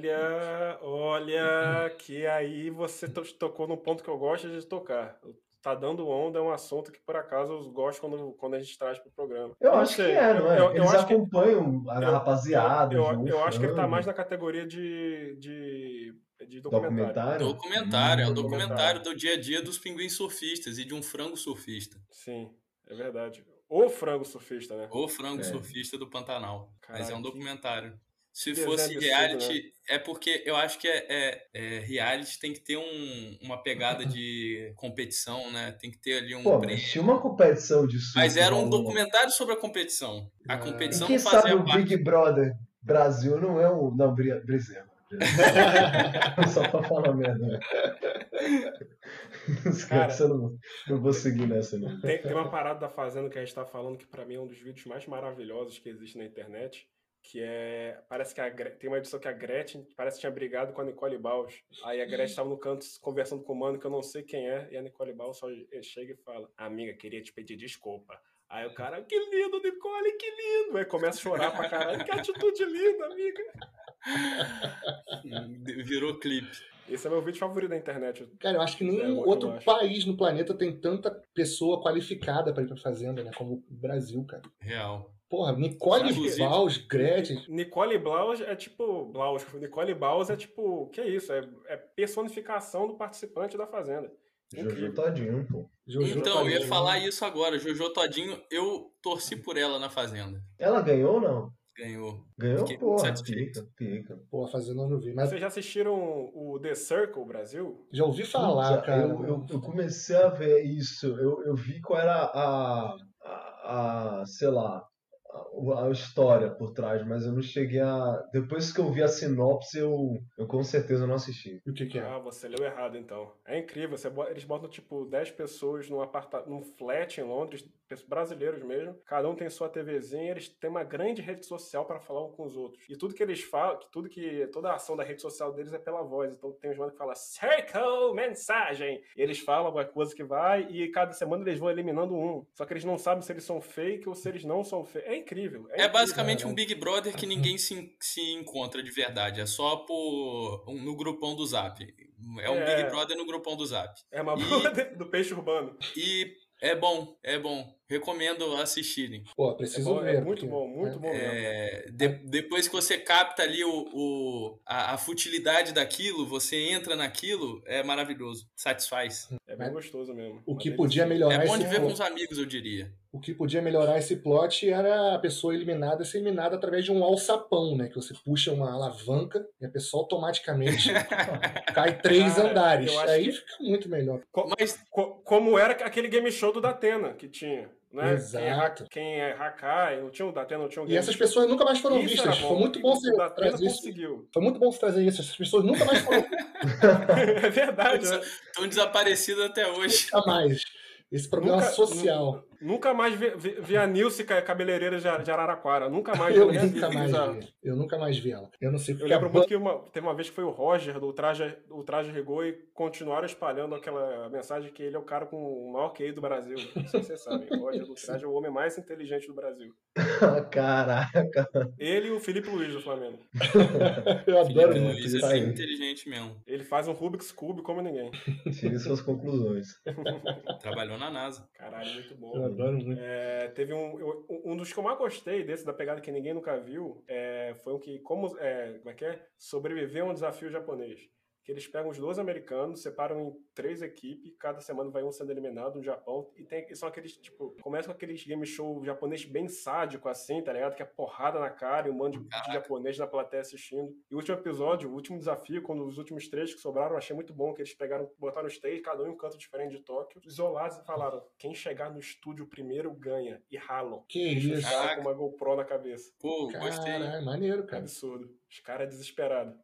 [SPEAKER 1] Olha, olha, que aí você to- tocou num ponto que eu gosto de tocar. O Tá dando onda é um assunto que, por acaso, eu gosto quando, quando a gente traz pro programa.
[SPEAKER 3] Eu
[SPEAKER 1] Não
[SPEAKER 3] acho
[SPEAKER 1] sei,
[SPEAKER 3] que é, não é?
[SPEAKER 1] eu- eu
[SPEAKER 3] Eles
[SPEAKER 1] acho que-
[SPEAKER 3] acompanham a
[SPEAKER 1] eu-
[SPEAKER 3] rapaziada. um
[SPEAKER 1] Eu,
[SPEAKER 3] vão
[SPEAKER 1] eu acho que ele tá
[SPEAKER 3] fã,
[SPEAKER 1] mais na categoria de, de, de documentário.
[SPEAKER 3] documentário.
[SPEAKER 2] Documentário, é o
[SPEAKER 1] Hum, documentário.
[SPEAKER 2] documentário do dia a dia dos pinguins surfistas e de um frango surfista.
[SPEAKER 1] Sim, é verdade. O frango surfista, né?
[SPEAKER 2] O frango
[SPEAKER 3] É.
[SPEAKER 2] surfista do Pantanal. Mas é
[SPEAKER 1] Caraca,
[SPEAKER 2] um
[SPEAKER 1] que-
[SPEAKER 2] documentário. Se
[SPEAKER 1] desenho
[SPEAKER 2] fosse
[SPEAKER 1] absurdo,
[SPEAKER 2] reality, é porque eu acho que é, é- é reality tem que ter um- uma pegada de competição, né? Tem que ter ali um
[SPEAKER 3] Pô,
[SPEAKER 2] prêmio.
[SPEAKER 3] mas tinha uma competição de surf. né?
[SPEAKER 2] Mas era um
[SPEAKER 3] rolando.
[SPEAKER 2] documentário sobre a competição. A
[SPEAKER 1] Ah.
[SPEAKER 3] E
[SPEAKER 2] competição
[SPEAKER 3] quem
[SPEAKER 2] não fazia
[SPEAKER 3] sabe o
[SPEAKER 2] parte.
[SPEAKER 3] Big Brother Brasil não é um. Não, Bri- Briseiro. Só pra falar merda. né?
[SPEAKER 1] Cara.
[SPEAKER 3] Esquece, eu não, não vou seguir nessa, não.
[SPEAKER 1] Tem, tem uma parada da Fazenda que a gente tá falando que pra mim é um dos vídeos mais maravilhosos que existe na internet. Que é. Parece que a Gre- tem uma edição que a Gretchen parece que tinha brigado com a Nicole Baus. Aí a Gretchen tava no canto conversando com o mano que eu não sei quem é. E a Nicole Baus só chega e fala: Amiga, queria te pedir desculpa. Aí o cara, que lindo, Nicole, que lindo! Aí começa a chorar pra caralho, que atitude linda, amiga!
[SPEAKER 2] Virou clipe.
[SPEAKER 1] Esse é meu vídeo favorito da internet.
[SPEAKER 4] Cara, eu acho que
[SPEAKER 1] É, eu
[SPEAKER 4] nenhum outro
[SPEAKER 1] acho.
[SPEAKER 4] país no planeta tem tanta pessoa qualificada pra ir pra fazenda, né? Como o Brasil, cara.
[SPEAKER 2] Real.
[SPEAKER 4] Porra, Nicole
[SPEAKER 2] Inclusive-
[SPEAKER 4] Baus, Gretchen.
[SPEAKER 1] Nicole Blaus é tipo. Blaus, Nicole Baus é tipo. Que é isso? É, é personificação do participante da Fazenda.
[SPEAKER 3] Jojo todinho, pô.
[SPEAKER 4] Jojo né?
[SPEAKER 2] então, eu ia
[SPEAKER 4] Tadinho.
[SPEAKER 2] falar isso agora. Jojo Todinho, eu torci por ela na Fazenda.
[SPEAKER 3] Ela ganhou ou não?
[SPEAKER 2] Ganhou.
[SPEAKER 3] Ganhou,
[SPEAKER 2] Fiquei muito
[SPEAKER 3] porra.
[SPEAKER 2] satisfeito.
[SPEAKER 3] Pica, pica.
[SPEAKER 4] Porra, fazenda eu não vi. Mas
[SPEAKER 1] Vocês já assistiram o The Circle Brasil?
[SPEAKER 4] já ouvi falar,
[SPEAKER 3] Já-
[SPEAKER 4] cara.
[SPEAKER 3] Eu, eu- eu comecei a ver isso. Eu, eu vi qual era a, a, a- sei lá, a, a história por trás, mas eu não cheguei a. Depois que eu vi a sinopse, eu, eu com certeza não assisti.
[SPEAKER 4] E o que que é?
[SPEAKER 1] Ah, você leu errado então. É incrível, você bo- eles botam tipo 10 pessoas num, aparta... num flat em Londres, pe- brasileiros mesmo. Cada um tem sua TVzinha, eles têm uma grande rede social para falar um com os outros. E tudo que eles falam, que tudo que toda a ação da rede social deles é pela voz. Então tem os mano que fala Circle mensagem. E eles falam alguma coisa que vai e cada semana eles vão eliminando um. Só que eles não sabem se eles são fake ou se eles não são fake. É incrível. É,
[SPEAKER 2] É
[SPEAKER 1] incrível.
[SPEAKER 2] basicamente um Big Brother que ninguém se, se encontra de verdade. É só por, um- no grupão do Zap. É um
[SPEAKER 1] É.
[SPEAKER 2] Big Brother no grupão do Zap.
[SPEAKER 1] É uma
[SPEAKER 2] E-
[SPEAKER 1] boa do peixe urbano.
[SPEAKER 2] E é bom, é bom. Recomendo assistirem.
[SPEAKER 4] Pô, preciso
[SPEAKER 1] É bom, é
[SPEAKER 4] ver.
[SPEAKER 1] muito
[SPEAKER 4] porque-
[SPEAKER 1] bom, muito bom.
[SPEAKER 2] É, de- depois que você capta ali o, o- a, a futilidade daquilo, você entra naquilo, é maravilhoso. Satisfaz.
[SPEAKER 1] É bem gostoso mesmo.
[SPEAKER 4] O
[SPEAKER 1] Uma
[SPEAKER 4] que
[SPEAKER 1] delícia.
[SPEAKER 4] podia melhorar
[SPEAKER 2] É bom
[SPEAKER 4] esse
[SPEAKER 2] de ver com
[SPEAKER 4] plot,
[SPEAKER 2] os amigos, eu diria.
[SPEAKER 4] o que podia melhorar esse plot era a pessoa eliminada ser eliminada através de um alçapão, né? Que você puxa uma alavanca e a pessoa automaticamente cai três
[SPEAKER 1] Cara,
[SPEAKER 4] andares.
[SPEAKER 1] eu acho
[SPEAKER 4] Aí
[SPEAKER 1] que-
[SPEAKER 4] fica muito melhor.
[SPEAKER 2] Mas
[SPEAKER 1] Co- como era aquele game show do Datena que tinha, né? Quem é, Ha-
[SPEAKER 4] Exato.
[SPEAKER 1] quem é Hakai, não tinha o Datena, não tinha o
[SPEAKER 4] E
[SPEAKER 1] game
[SPEAKER 4] essas pessoas nunca mais foram
[SPEAKER 1] Isso era Tá
[SPEAKER 4] vistas. Foi muito bom você
[SPEAKER 1] O Datena
[SPEAKER 4] trazer isso.
[SPEAKER 1] conseguiu.
[SPEAKER 4] Foi muito bom você trazer isso. Essas pessoas nunca mais foram
[SPEAKER 1] é verdade. né?
[SPEAKER 2] estão desaparecidos até hoje.
[SPEAKER 4] vistas mais. Esse problema
[SPEAKER 1] Nunca-
[SPEAKER 4] social.
[SPEAKER 1] Nunca mais vi, vi- vi a Nilce ca- cabeleireira de Ar- de Araraquara. Nunca mais.
[SPEAKER 4] Eu
[SPEAKER 1] na minha
[SPEAKER 4] nunca
[SPEAKER 1] vida,
[SPEAKER 4] mais
[SPEAKER 1] sabe?
[SPEAKER 4] vi. Eu nunca mais vi ela. Eu não sei
[SPEAKER 1] Eu
[SPEAKER 4] porque a
[SPEAKER 1] lembro
[SPEAKER 4] banda
[SPEAKER 1] muito que uma- teve uma vez que foi o Roger do Traje, do Traje Rigor e continuaram espalhando aquela mensagem que ele é o cara com o maior QI do Brasil. Não sei se vocês sabem. O Roger do Traje é o homem mais inteligente do Brasil.
[SPEAKER 3] Caraca.
[SPEAKER 1] Ele e o Felipe Luiz do Flamengo.
[SPEAKER 4] eu adoro né,
[SPEAKER 2] Felipe
[SPEAKER 4] muito
[SPEAKER 2] Luiz
[SPEAKER 4] isso.
[SPEAKER 2] é
[SPEAKER 3] aí.
[SPEAKER 2] inteligente mesmo.
[SPEAKER 1] Ele faz um Rubik's Cube como ninguém.
[SPEAKER 3] Tire suas conclusões.
[SPEAKER 2] Trabalhou na NASA.
[SPEAKER 1] Caralho, muito
[SPEAKER 4] Eu
[SPEAKER 1] bom.
[SPEAKER 4] adoro muito.
[SPEAKER 1] É, teve um, eu- um dos que eu mais gostei desse, da pegada que ninguém nunca viu, é, foi um que, como é, como é que é? Sobreviver a um desafio japonês. Que eles pegam os dois americanos, separam em três equipes, cada semana vai um sendo eliminado no Japão, e tem, e são aqueles, tipo, começa com aqueles game show japonês bem sádico, assim, tá ligado? Que é porrada na cara e um monte de- de japonês na plateia assistindo. E o último episódio, o último desafio, quando os últimos três que sobraram, eu achei muito bom que eles pegaram, botaram os três, cada um em um canto diferente de Tóquio, isolados e falaram: quem chegar no estúdio primeiro ganha, e ralam.
[SPEAKER 4] Que
[SPEAKER 1] Deixa os
[SPEAKER 4] isso.
[SPEAKER 1] caras
[SPEAKER 2] Caraca.
[SPEAKER 1] com uma GoPro na cabeça.
[SPEAKER 2] Pô, gostei.
[SPEAKER 4] Caralho, maneiro, cara.
[SPEAKER 1] Absurdo. Os caras desesperados.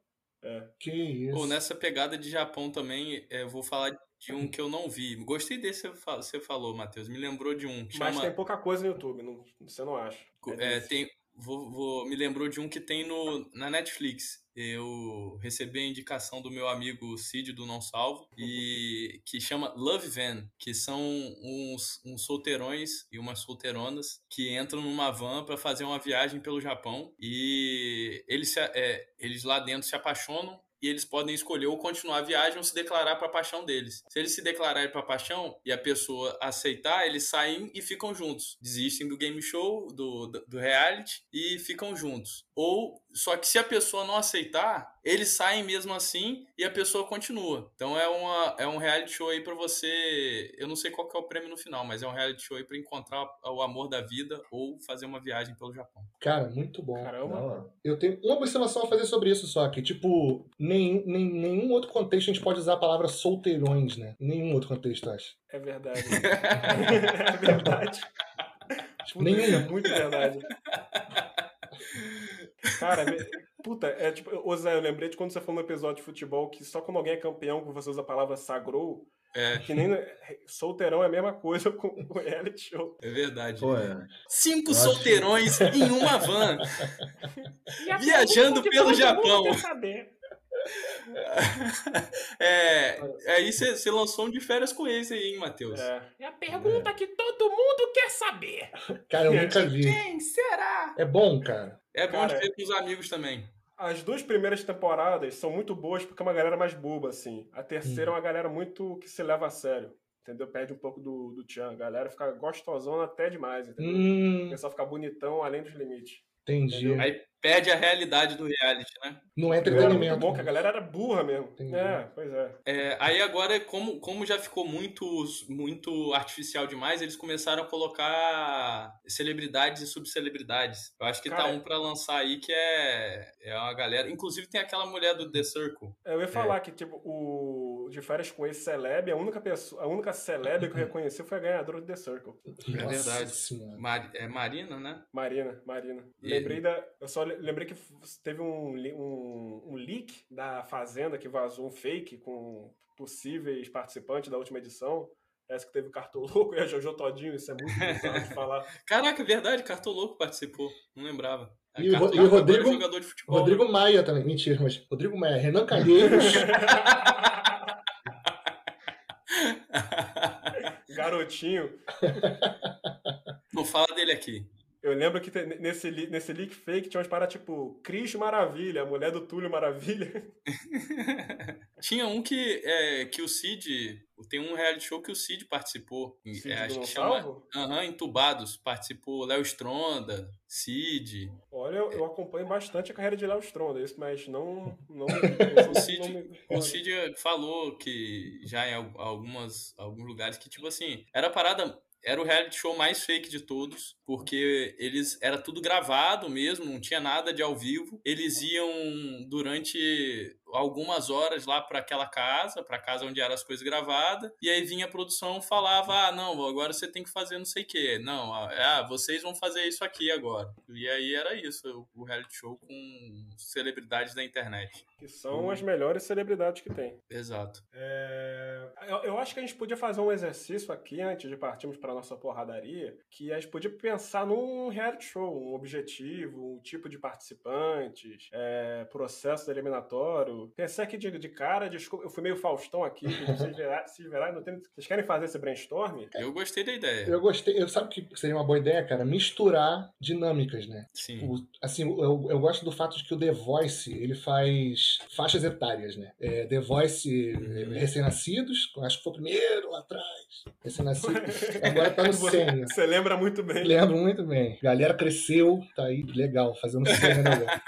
[SPEAKER 4] Que isso.
[SPEAKER 2] Pô, nessa pegada de Japão também, é, eu vou falar de um que eu não vi. Gostei desse que você fa- você falou, Matheus. Me lembrou de um que
[SPEAKER 1] Mas
[SPEAKER 2] chama.
[SPEAKER 1] tem pouca coisa no YouTube, não- você não acha.
[SPEAKER 2] é,
[SPEAKER 1] desse.
[SPEAKER 2] tem- vou- vou- me lembrou de um que tem no, na Netflix. Eu recebi a indicação do meu amigo Cid do Não Salvo, e que chama Love Van, que são uns, uns solteirões e umas solteironas que entram numa van pra fazer uma viagem pelo Japão e eles, se a- é, eles lá dentro se apaixonam e eles podem escolher ou continuar a viagem ou se declarar para a paixão deles. Se eles se declararem para a paixão e a pessoa aceitar, eles saem e ficam juntos. Desistem do game show, do, do do reality e ficam juntos. Ou só que se a pessoa não aceitar, eles saem mesmo assim e a pessoa continua. Então é, uma, é um reality show aí para você. Eu não sei qual que é o prêmio no final, mas é um reality show aí para encontrar o amor da vida ou fazer uma viagem pelo Japão.
[SPEAKER 4] Cara, muito bom.
[SPEAKER 1] Caramba.
[SPEAKER 3] Da hora.
[SPEAKER 4] Eu tenho uma observação a fazer sobre isso só, que, tipo, nenhum, nem, nenhum outro contexto a gente pode usar a palavra solteirões, né? Nenhum outro contexto, eu acho.
[SPEAKER 1] É verdade. é verdade. Puta,
[SPEAKER 4] Tipo, Nenhum.
[SPEAKER 1] isso é muito verdade. Cara, me- puta, é tipo, ô Zé, eu lembrei de quando você falou no episódio de futebol que só quando alguém é campeão que você usa a palavra sagrou,
[SPEAKER 2] É,
[SPEAKER 1] que nem né, solteirão é a mesma coisa com com reality show.
[SPEAKER 2] é verdade.
[SPEAKER 3] Pô, é.
[SPEAKER 2] Cinco
[SPEAKER 3] Eu acho que-
[SPEAKER 2] solteirões em uma van. Viajando pergunta que pelo todo mundo Japão. quer É, aí você lançou um de férias com esse aí, hein, Matheus?
[SPEAKER 1] É.
[SPEAKER 5] É a pergunta que todo mundo quer saber.
[SPEAKER 4] Cara, eu nunca vi.
[SPEAKER 5] Quem será?
[SPEAKER 4] É bom, cara.
[SPEAKER 2] É bom
[SPEAKER 1] Cara,
[SPEAKER 2] de ver com os amigos também.
[SPEAKER 1] As duas primeiras temporadas são muito boas porque é uma galera mais boba, assim. A terceira é uma galera muito que se leva a sério. Entendeu? Perde um pouco do, do Tchan. A galera fica gostosona até demais, entendeu? O
[SPEAKER 4] Hum,
[SPEAKER 1] pessoal fica bonitão além dos limites.
[SPEAKER 4] entendi.
[SPEAKER 2] Aí Perde a realidade do reality, né?
[SPEAKER 4] Não é
[SPEAKER 1] Era muito
[SPEAKER 4] entretenimento.
[SPEAKER 1] bom, que a galera era burra mesmo.
[SPEAKER 4] Entendi.
[SPEAKER 1] É, pois é.
[SPEAKER 2] É, aí agora, como, como já ficou muito, muito artificial demais, eles começaram a colocar celebridades e subcelebridades. Eu acho que tá
[SPEAKER 1] Cara,
[SPEAKER 2] um pra lançar aí que é, é uma galera. Inclusive tem aquela mulher do The Circle.
[SPEAKER 1] Eu
[SPEAKER 4] É.
[SPEAKER 1] ia falar que, tipo, o de férias com esse celeb, a única pessoa, a única celeb que eu reconheci foi a ganhadora do The Circle.
[SPEAKER 4] Nossa
[SPEAKER 2] verdade.
[SPEAKER 4] Senhora.
[SPEAKER 2] Mari- é Marina, né?
[SPEAKER 1] Marina, Marina.
[SPEAKER 2] E-
[SPEAKER 1] Lembrei da. Eu só le- lembrei que f- teve um, li- um, um leak da Fazenda que vazou um fake com possíveis participantes da última edição. Essa que teve o Cartoloco e a Jojo Todinho, isso é muito bizarro de falar.
[SPEAKER 2] Caraca, é verdade, Cartoloco participou. Não lembrava.
[SPEAKER 4] E o Ro-
[SPEAKER 2] Cartoloco
[SPEAKER 4] e o
[SPEAKER 2] agora é
[SPEAKER 4] Rodrigo-
[SPEAKER 2] jogador de futebol.
[SPEAKER 4] Rodrigo Maia também. Mentira, mas Rodrigo Maia, Renan Calheiros.
[SPEAKER 1] Garotinho.
[SPEAKER 2] Não fala dele aqui.
[SPEAKER 1] Eu lembro que te- nesse, li- nesse leak fake tinha uns para tipo Cris Maravilha, a mulher do Túlio Maravilha.
[SPEAKER 2] Tinha um que, é, que o Cid. Tem um reality show que o Cid participou.
[SPEAKER 1] Cid
[SPEAKER 2] É, acho que chama.
[SPEAKER 1] Gonçalvo?
[SPEAKER 2] Aham, Entubados. Participou Léo Stronda, Cid.
[SPEAKER 1] Olha, eu, eu acompanho bastante a carreira de Léo Stronda, isso, mas não. não,
[SPEAKER 2] O Cid-
[SPEAKER 1] não me-
[SPEAKER 2] O Cid falou que já em al- algumas, alguns lugares que, tipo assim, era a parada. Era o reality show mais fake de todos, porque eles era tudo gravado mesmo, não tinha nada de ao vivo. Eles iam durante algumas horas lá para aquela casa, para casa onde eram as coisas gravadas, e aí vinha a produção falava: "Ah, não, agora você tem que fazer não sei o quê. Não, ah, ah, vocês vão fazer isso aqui agora". E aí era isso, o reality show com celebridades da internet.
[SPEAKER 1] Que são as melhores celebridades que tem.
[SPEAKER 2] Exato.
[SPEAKER 1] É, Eu, eu acho que a gente podia fazer um exercício aqui antes de partirmos para nossa porradaria, que a gente podia pensar num reality show, um objetivo, um tipo de participantes, é, processo eliminatório. Pensei aqui de, de cara, desculpa, eu fui meio Faustão aqui, vocês verá- se verá, não tem, vocês querem fazer esse brainstorm?
[SPEAKER 2] Eu gostei da ideia.
[SPEAKER 4] Eu gostei. Eu, sabe o que seria uma boa ideia, cara? Misturar dinâmicas, né?
[SPEAKER 2] Sim.
[SPEAKER 4] O- assim, eu, eu gosto do fato de que o The Voice ele faz faixas etárias, né? É, The Voice
[SPEAKER 1] Uhum.
[SPEAKER 4] eh, recém-nascidos, acho que foi o primeiro lá atrás. Recém-nascidos. Agora tá no
[SPEAKER 1] Você-
[SPEAKER 4] sênior.
[SPEAKER 1] Você lembra muito bem.
[SPEAKER 4] Lembro muito bem. Galera cresceu, tá aí, legal, fazendo sênior agora.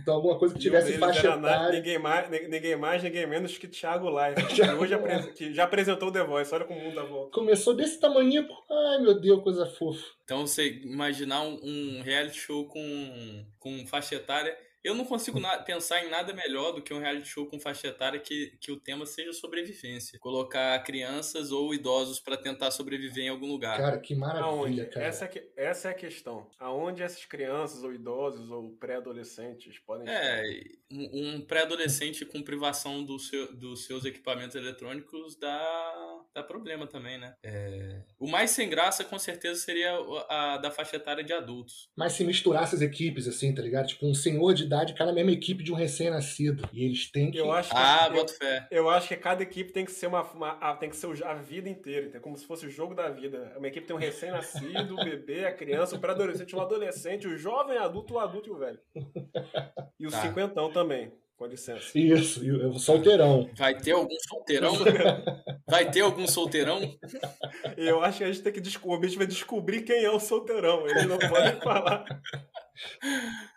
[SPEAKER 4] Então alguma coisa que
[SPEAKER 1] E
[SPEAKER 4] tivesse
[SPEAKER 1] um deles
[SPEAKER 4] faixa
[SPEAKER 1] era na-
[SPEAKER 4] etária.
[SPEAKER 1] ninguém, mais, ni- ninguém mais, ninguém menos que Thiago Life, que,
[SPEAKER 4] Thiago
[SPEAKER 1] hoje apre-
[SPEAKER 4] Leifert.
[SPEAKER 1] que já apresentou o The Voice, olha como o mundo tá dá volta.
[SPEAKER 4] Começou desse tamanho, ai meu Deus, coisa fofa.
[SPEAKER 2] Então você imaginar um, um reality show com, com faixa etária Eu não consigo na- pensar em nada melhor do que um reality show com faixa etária que, que o tema seja sobrevivência. Colocar crianças ou idosos pra tentar sobreviver em algum lugar.
[SPEAKER 4] Cara, que
[SPEAKER 1] Ah, Aonde?
[SPEAKER 4] maravilha, cara.
[SPEAKER 1] Essa, é que- essa é a questão. Aonde essas crianças, ou idosos, ou pré-adolescentes podem estar?
[SPEAKER 2] É, um, um pré-adolescente com privação do seu- dos seus equipamentos eletrônicos dá, dá problema também, né? É, o mais sem graça, com certeza, seria o- a, da faixa etária de adultos.
[SPEAKER 4] Mas se misturasse as equipes, assim, tá ligado? Tipo, um senhor de idade, cada mesma equipe de um recém-nascido. E eles têm que.
[SPEAKER 1] Eu acho que,
[SPEAKER 2] Ah,
[SPEAKER 1] eu,
[SPEAKER 2] boto fé.
[SPEAKER 1] eu acho que cada equipe tem que ser uma, uma- a- tem que ser o- a vida inteira, entendeu? como se fosse o jogo da vida. Uma equipe tem um recém-nascido, o bebê, a criança, o pré-adolescente, o adolescente, o jovem adulto, o adulto e o velho. E o
[SPEAKER 2] Tá.
[SPEAKER 1] cinquentão também, com licença.
[SPEAKER 4] Isso, e o solteirão.
[SPEAKER 2] Vai ter algum solteirão? Vai ter algum solteirão?
[SPEAKER 1] E eu acho que a gente tem que descobrir, o objetivo é descobrir quem é o solteirão. Eles não podem falar.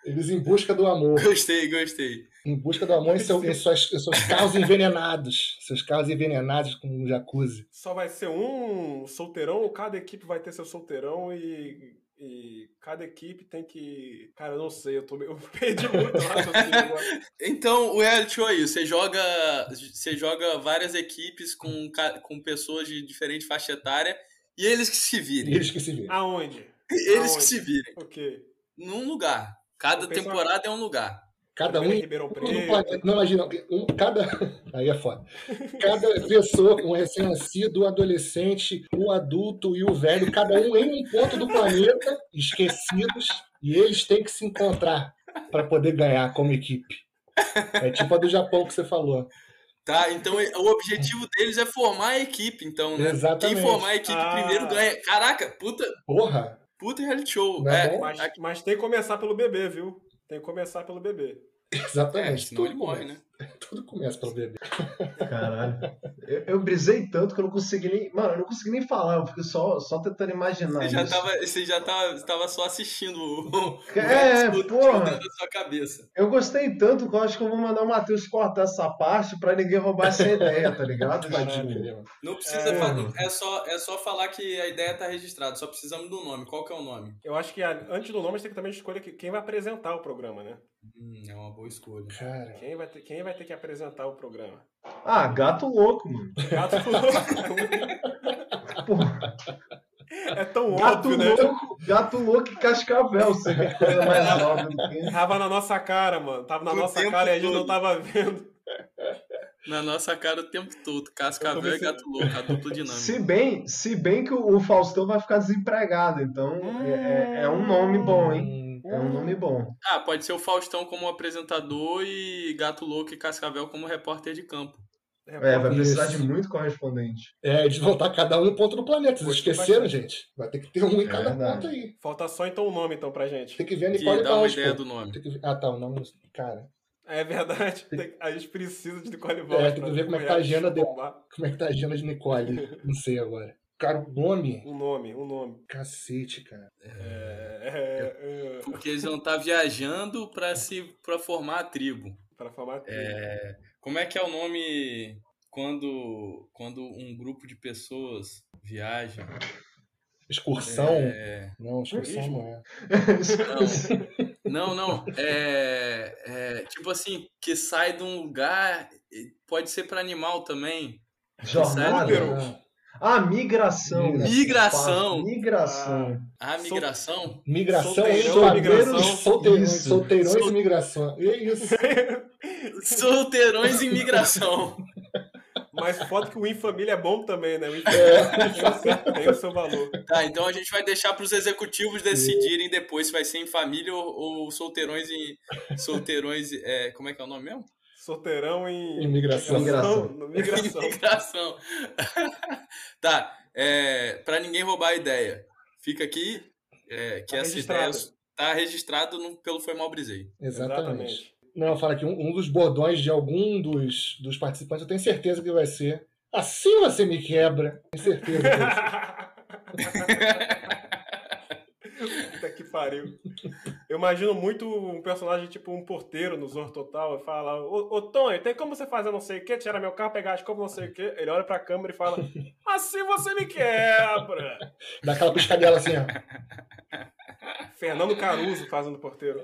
[SPEAKER 4] Eles em busca do amor.
[SPEAKER 2] Gostei, gostei.
[SPEAKER 4] Em busca do amor em, seu, em suas, em seus carros envenenados. Seus carros envenenados com um jacuzzi.
[SPEAKER 1] Só vai ser um solteirão, ou cada equipe vai ter seu solteirão e. E cada equipe tem que. Cara, eu não sei, eu, tô... meio- eu perdi muito o raciocínio agora.
[SPEAKER 2] Então, o reality show é isso. Você joga, você joga várias equipes com, ca- com pessoas de diferente faixa etária e eles que se virem.
[SPEAKER 4] Eles que se vêem.
[SPEAKER 1] Aonde?
[SPEAKER 2] Eles que
[SPEAKER 1] Aonde?
[SPEAKER 2] se virem.
[SPEAKER 1] Ok.
[SPEAKER 2] Num lugar. Cada
[SPEAKER 1] Eu penso-
[SPEAKER 2] temporada é um lugar.
[SPEAKER 4] Cada um em
[SPEAKER 1] Ribeirão
[SPEAKER 4] todo o
[SPEAKER 1] Preto.
[SPEAKER 4] planeta. Não, imagina, um, cada. Aí é foda. Cada pessoa, um recém-nascido, o adolescente, o adulto e o velho, cada um em um ponto do planeta, esquecidos, e eles têm que se encontrar para poder ganhar como equipe. É tipo a do Japão que você falou.
[SPEAKER 2] Tá? Então e- o objetivo deles é formar a equipe, então, né?
[SPEAKER 4] Exatamente.
[SPEAKER 2] Quem formar a equipe
[SPEAKER 1] Ah.
[SPEAKER 2] primeiro ganha. Caraca, puta,
[SPEAKER 4] Porra!
[SPEAKER 2] puta reality show.
[SPEAKER 4] Não é
[SPEAKER 2] É,
[SPEAKER 4] bom?
[SPEAKER 1] Mas, mas tem que começar pelo bebê, viu? Tem que começar pelo bebê.
[SPEAKER 2] é,
[SPEAKER 4] Exatamente.
[SPEAKER 2] senão ele morre,
[SPEAKER 4] começa-
[SPEAKER 2] né?
[SPEAKER 4] Tudo começa pelo bebê.
[SPEAKER 3] Caralho. Eu, eu brisei tanto que eu não consegui nem. Mano, eu não consegui nem falar, eu fiquei só, só tentando imaginar.
[SPEAKER 2] Você já
[SPEAKER 3] isso.
[SPEAKER 2] tava, você já tava, você tava só assistindo o, o
[SPEAKER 3] É,
[SPEAKER 2] reality show
[SPEAKER 3] porra.
[SPEAKER 2] dentro da sua cabeça.
[SPEAKER 3] Eu gostei tanto que eu acho que eu vou mandar o Matheus cortar essa parte pra ninguém roubar essa ideia, tá ligado? Tadinho.
[SPEAKER 4] Caralho.
[SPEAKER 2] Não precisa
[SPEAKER 1] É.
[SPEAKER 2] falar, é só, é só falar que a ideia tá registrada, só precisamos do nome. Qual que é o nome?
[SPEAKER 1] Eu acho que a- antes do nome a gente tem que também escolher que- quem vai apresentar o programa, né?
[SPEAKER 2] Hum, é uma boa escolha.
[SPEAKER 4] Cara.
[SPEAKER 1] Quem vai ter, quem vai ter que apresentar o programa?
[SPEAKER 3] Ah, gato louco, mano.
[SPEAKER 1] Gato louco.
[SPEAKER 3] Porra,
[SPEAKER 1] É tão
[SPEAKER 3] gato
[SPEAKER 1] óbvio, né?
[SPEAKER 3] louco, gato louco e cascavel, você vê que coisa mais óbvia do que isso.
[SPEAKER 1] Tava na nossa cara, mano. Tava na
[SPEAKER 2] O
[SPEAKER 1] nossa
[SPEAKER 2] tempo
[SPEAKER 1] cara e a gente
[SPEAKER 2] todo.
[SPEAKER 1] não tava vendo.
[SPEAKER 2] Na nossa cara o tempo todo.
[SPEAKER 1] Eu
[SPEAKER 2] Cascavel e
[SPEAKER 1] comecei-
[SPEAKER 2] gato louco, a dupla dinâmica.
[SPEAKER 3] Se bem, se bem que o, o Faustão vai ficar desempregado, então é, é- é um nome bom, hein? É
[SPEAKER 1] Hum.
[SPEAKER 3] um nome bom.
[SPEAKER 2] Ah, pode ser o Faustão como apresentador e Gato Louco e Cascavel como repórter de campo.
[SPEAKER 3] É, vai precisar
[SPEAKER 4] Isso.
[SPEAKER 3] de muito correspondente.
[SPEAKER 4] É, eles vão estar cada um em um ponto do planeta. Vocês
[SPEAKER 1] Poxa,
[SPEAKER 4] esqueceram,
[SPEAKER 1] bastante.
[SPEAKER 4] gente? Vai ter que ter um em
[SPEAKER 3] É
[SPEAKER 4] cada
[SPEAKER 3] verdade.
[SPEAKER 4] ponto aí.
[SPEAKER 1] Falta só então o nome, então, pra gente.
[SPEAKER 4] Tem que ver a
[SPEAKER 2] Que
[SPEAKER 4] Nicole
[SPEAKER 2] dá uma
[SPEAKER 4] Bausch,
[SPEAKER 2] ideia
[SPEAKER 4] pô.
[SPEAKER 2] do nome.
[SPEAKER 4] Tem que ver- Ah, tá, o nome. Cara,
[SPEAKER 1] É verdade. tem- A gente precisa de Nicole Bauer.
[SPEAKER 4] tem que ver como é que tá a agenda dela. como é que tá a agenda de Nicole? Não sei agora. Cara, o nome.
[SPEAKER 1] Um nome, um nome.
[SPEAKER 4] Cacete, cara.
[SPEAKER 1] É, é, é,
[SPEAKER 2] Porque eles vão estar viajando pra se para formar a tribo.
[SPEAKER 1] pra formar
[SPEAKER 2] É, como é que é o nome quando quando um grupo de pessoas viaja?
[SPEAKER 4] Excursão?
[SPEAKER 2] É,
[SPEAKER 4] Não, excursão
[SPEAKER 1] Turismo.
[SPEAKER 4] não é.
[SPEAKER 2] não, não. É, é, tipo assim que sai de um lugar. e Pode ser pra animal também.
[SPEAKER 3] Jornada.
[SPEAKER 1] Número.
[SPEAKER 4] Não.
[SPEAKER 3] Ah, migração.
[SPEAKER 2] Migração. Ah.
[SPEAKER 3] Migração.
[SPEAKER 2] A migração.
[SPEAKER 4] Migração,
[SPEAKER 1] Solteirão,
[SPEAKER 4] solteirão,
[SPEAKER 1] migração.
[SPEAKER 4] solteirão,
[SPEAKER 3] Isso.
[SPEAKER 4] solteirões e migração. E é isso.
[SPEAKER 2] Solteirões em migração.
[SPEAKER 1] Mas foda que o Win Família é bom também, né? O Win
[SPEAKER 4] É.
[SPEAKER 1] Família tem o seu valor.
[SPEAKER 2] Tá, então a gente vai deixar pros executivos decidirem depois se vai ser em família ou, ou solteirões em. Solteirões. É, como é que é o nome mesmo?
[SPEAKER 1] Solteirão em.
[SPEAKER 4] Imigração.
[SPEAKER 1] No- Migração.
[SPEAKER 2] Migração. tá, é, para ninguém roubar a ideia, fica aqui é, que
[SPEAKER 1] Tá
[SPEAKER 2] essa
[SPEAKER 1] registrado.
[SPEAKER 2] ideia tá registrado no- pelo Foi Mal Brisei.
[SPEAKER 4] Exatamente. Não, fala que um, um dos bordões de algum dos, dos participantes, eu tenho certeza que vai ser. Assim você me quebra. Tenho certeza. disso.
[SPEAKER 1] Puta que pariu. Eu imagino muito um personagem tipo um porteiro no Zorro Total e fala: Ô, ô Tonho, tem como você fazer não sei o que, tirar meu carro, pegar as compras, não sei o que. Ele olha pra câmera e fala: Assim você me quebra.
[SPEAKER 4] Dá aquela piscadela assim, ó.
[SPEAKER 1] Fernando Caruso fazendo porteiro.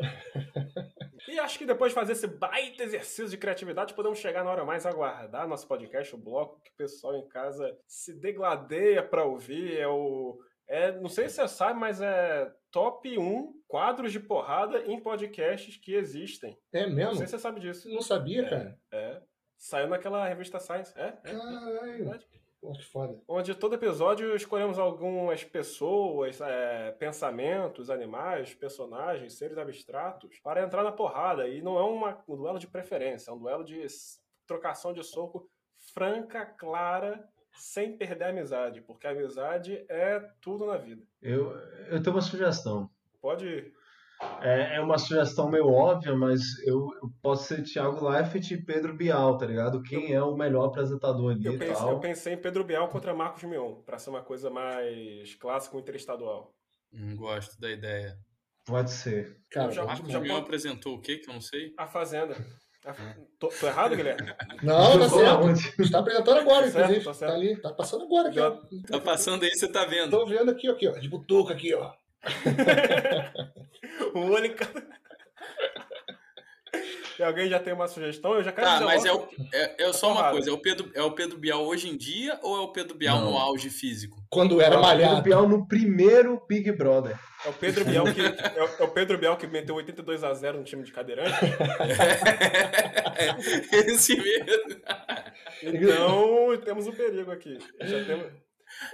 [SPEAKER 1] E E acho que depois de fazer esse baita exercício de criatividade, podemos chegar na hora mais aguardar nosso podcast, o bloco que o pessoal em casa se degladeia pra ouvir. É o. É, não sei se você sabe, mas é top 1 quadros de porrada em podcasts que existem.
[SPEAKER 4] É
[SPEAKER 1] Não sei
[SPEAKER 4] mesmo?
[SPEAKER 1] se você sabe disso.
[SPEAKER 4] Não sabia,
[SPEAKER 1] É.
[SPEAKER 4] cara.
[SPEAKER 1] É. Saiu naquela revista Science. É?
[SPEAKER 4] Caralho.
[SPEAKER 1] Verdade.
[SPEAKER 4] Pô, que foda.
[SPEAKER 1] Onde todo episódio escolhemos algumas pessoas, é, pensamentos, animais, personagens, seres abstratos, para entrar na porrada. E não é uma- um duelo de preferência, é um duelo de s- trocação de soco franca, clara, sem perder a amizade. Porque a amizade é tudo na vida.
[SPEAKER 3] Eu, eu tenho uma sugestão.
[SPEAKER 1] Pode ir.
[SPEAKER 3] É, é uma sugestão meio óbvia, mas eu, eu posso ser Thiago Leifert e Pedro Bial, tá ligado? Quem é o melhor apresentador ali
[SPEAKER 1] Eu
[SPEAKER 3] e
[SPEAKER 1] pensei,
[SPEAKER 3] tal.
[SPEAKER 1] eu pensei em Pedro Bial contra Marcos Mion, para ser uma coisa mais clássica, interestadual.
[SPEAKER 2] Hum, gosto da ideia.
[SPEAKER 3] Pode ser.
[SPEAKER 4] Cara,
[SPEAKER 1] já-
[SPEAKER 4] bom
[SPEAKER 2] Marcos
[SPEAKER 4] demais.
[SPEAKER 1] já-
[SPEAKER 2] Mion apresentou o quê que eu não sei?
[SPEAKER 1] A Fazenda. A- Tô, tô errado, Guilherme?
[SPEAKER 4] Não, tá
[SPEAKER 3] Eu vou
[SPEAKER 4] certo.
[SPEAKER 3] aonde?
[SPEAKER 4] Está apresentando agora,
[SPEAKER 1] Tá certo,
[SPEAKER 4] inclusive.
[SPEAKER 1] tá certo.
[SPEAKER 4] Tá ali, tá passando agora aqui. ó.
[SPEAKER 2] Tá passando aí, você tá vendo.
[SPEAKER 4] Tô vendo aqui, ó, aqui, ó. De butuca aqui, ó.
[SPEAKER 1] O olho em cada. E alguém já tem uma sugestão? Eu já quero
[SPEAKER 2] Tá,
[SPEAKER 1] dizer
[SPEAKER 2] mas é,
[SPEAKER 1] logo.
[SPEAKER 2] o, é, é só uma
[SPEAKER 1] porrada.
[SPEAKER 2] coisa, é o, Pedro, é o Pedro Bial hoje em dia ou é o Pedro Bial
[SPEAKER 3] Não.
[SPEAKER 2] no auge físico?
[SPEAKER 4] Quando era
[SPEAKER 3] Não, Pedro
[SPEAKER 4] malhado.
[SPEAKER 3] Bial no primeiro Big Brother.
[SPEAKER 1] é o Pedro Bial que é o, é o Pedro Bial que meteu 82 a 0 no time de cadeirante.
[SPEAKER 2] É Esse mesmo.
[SPEAKER 1] Então, temos um perigo aqui. Já temos-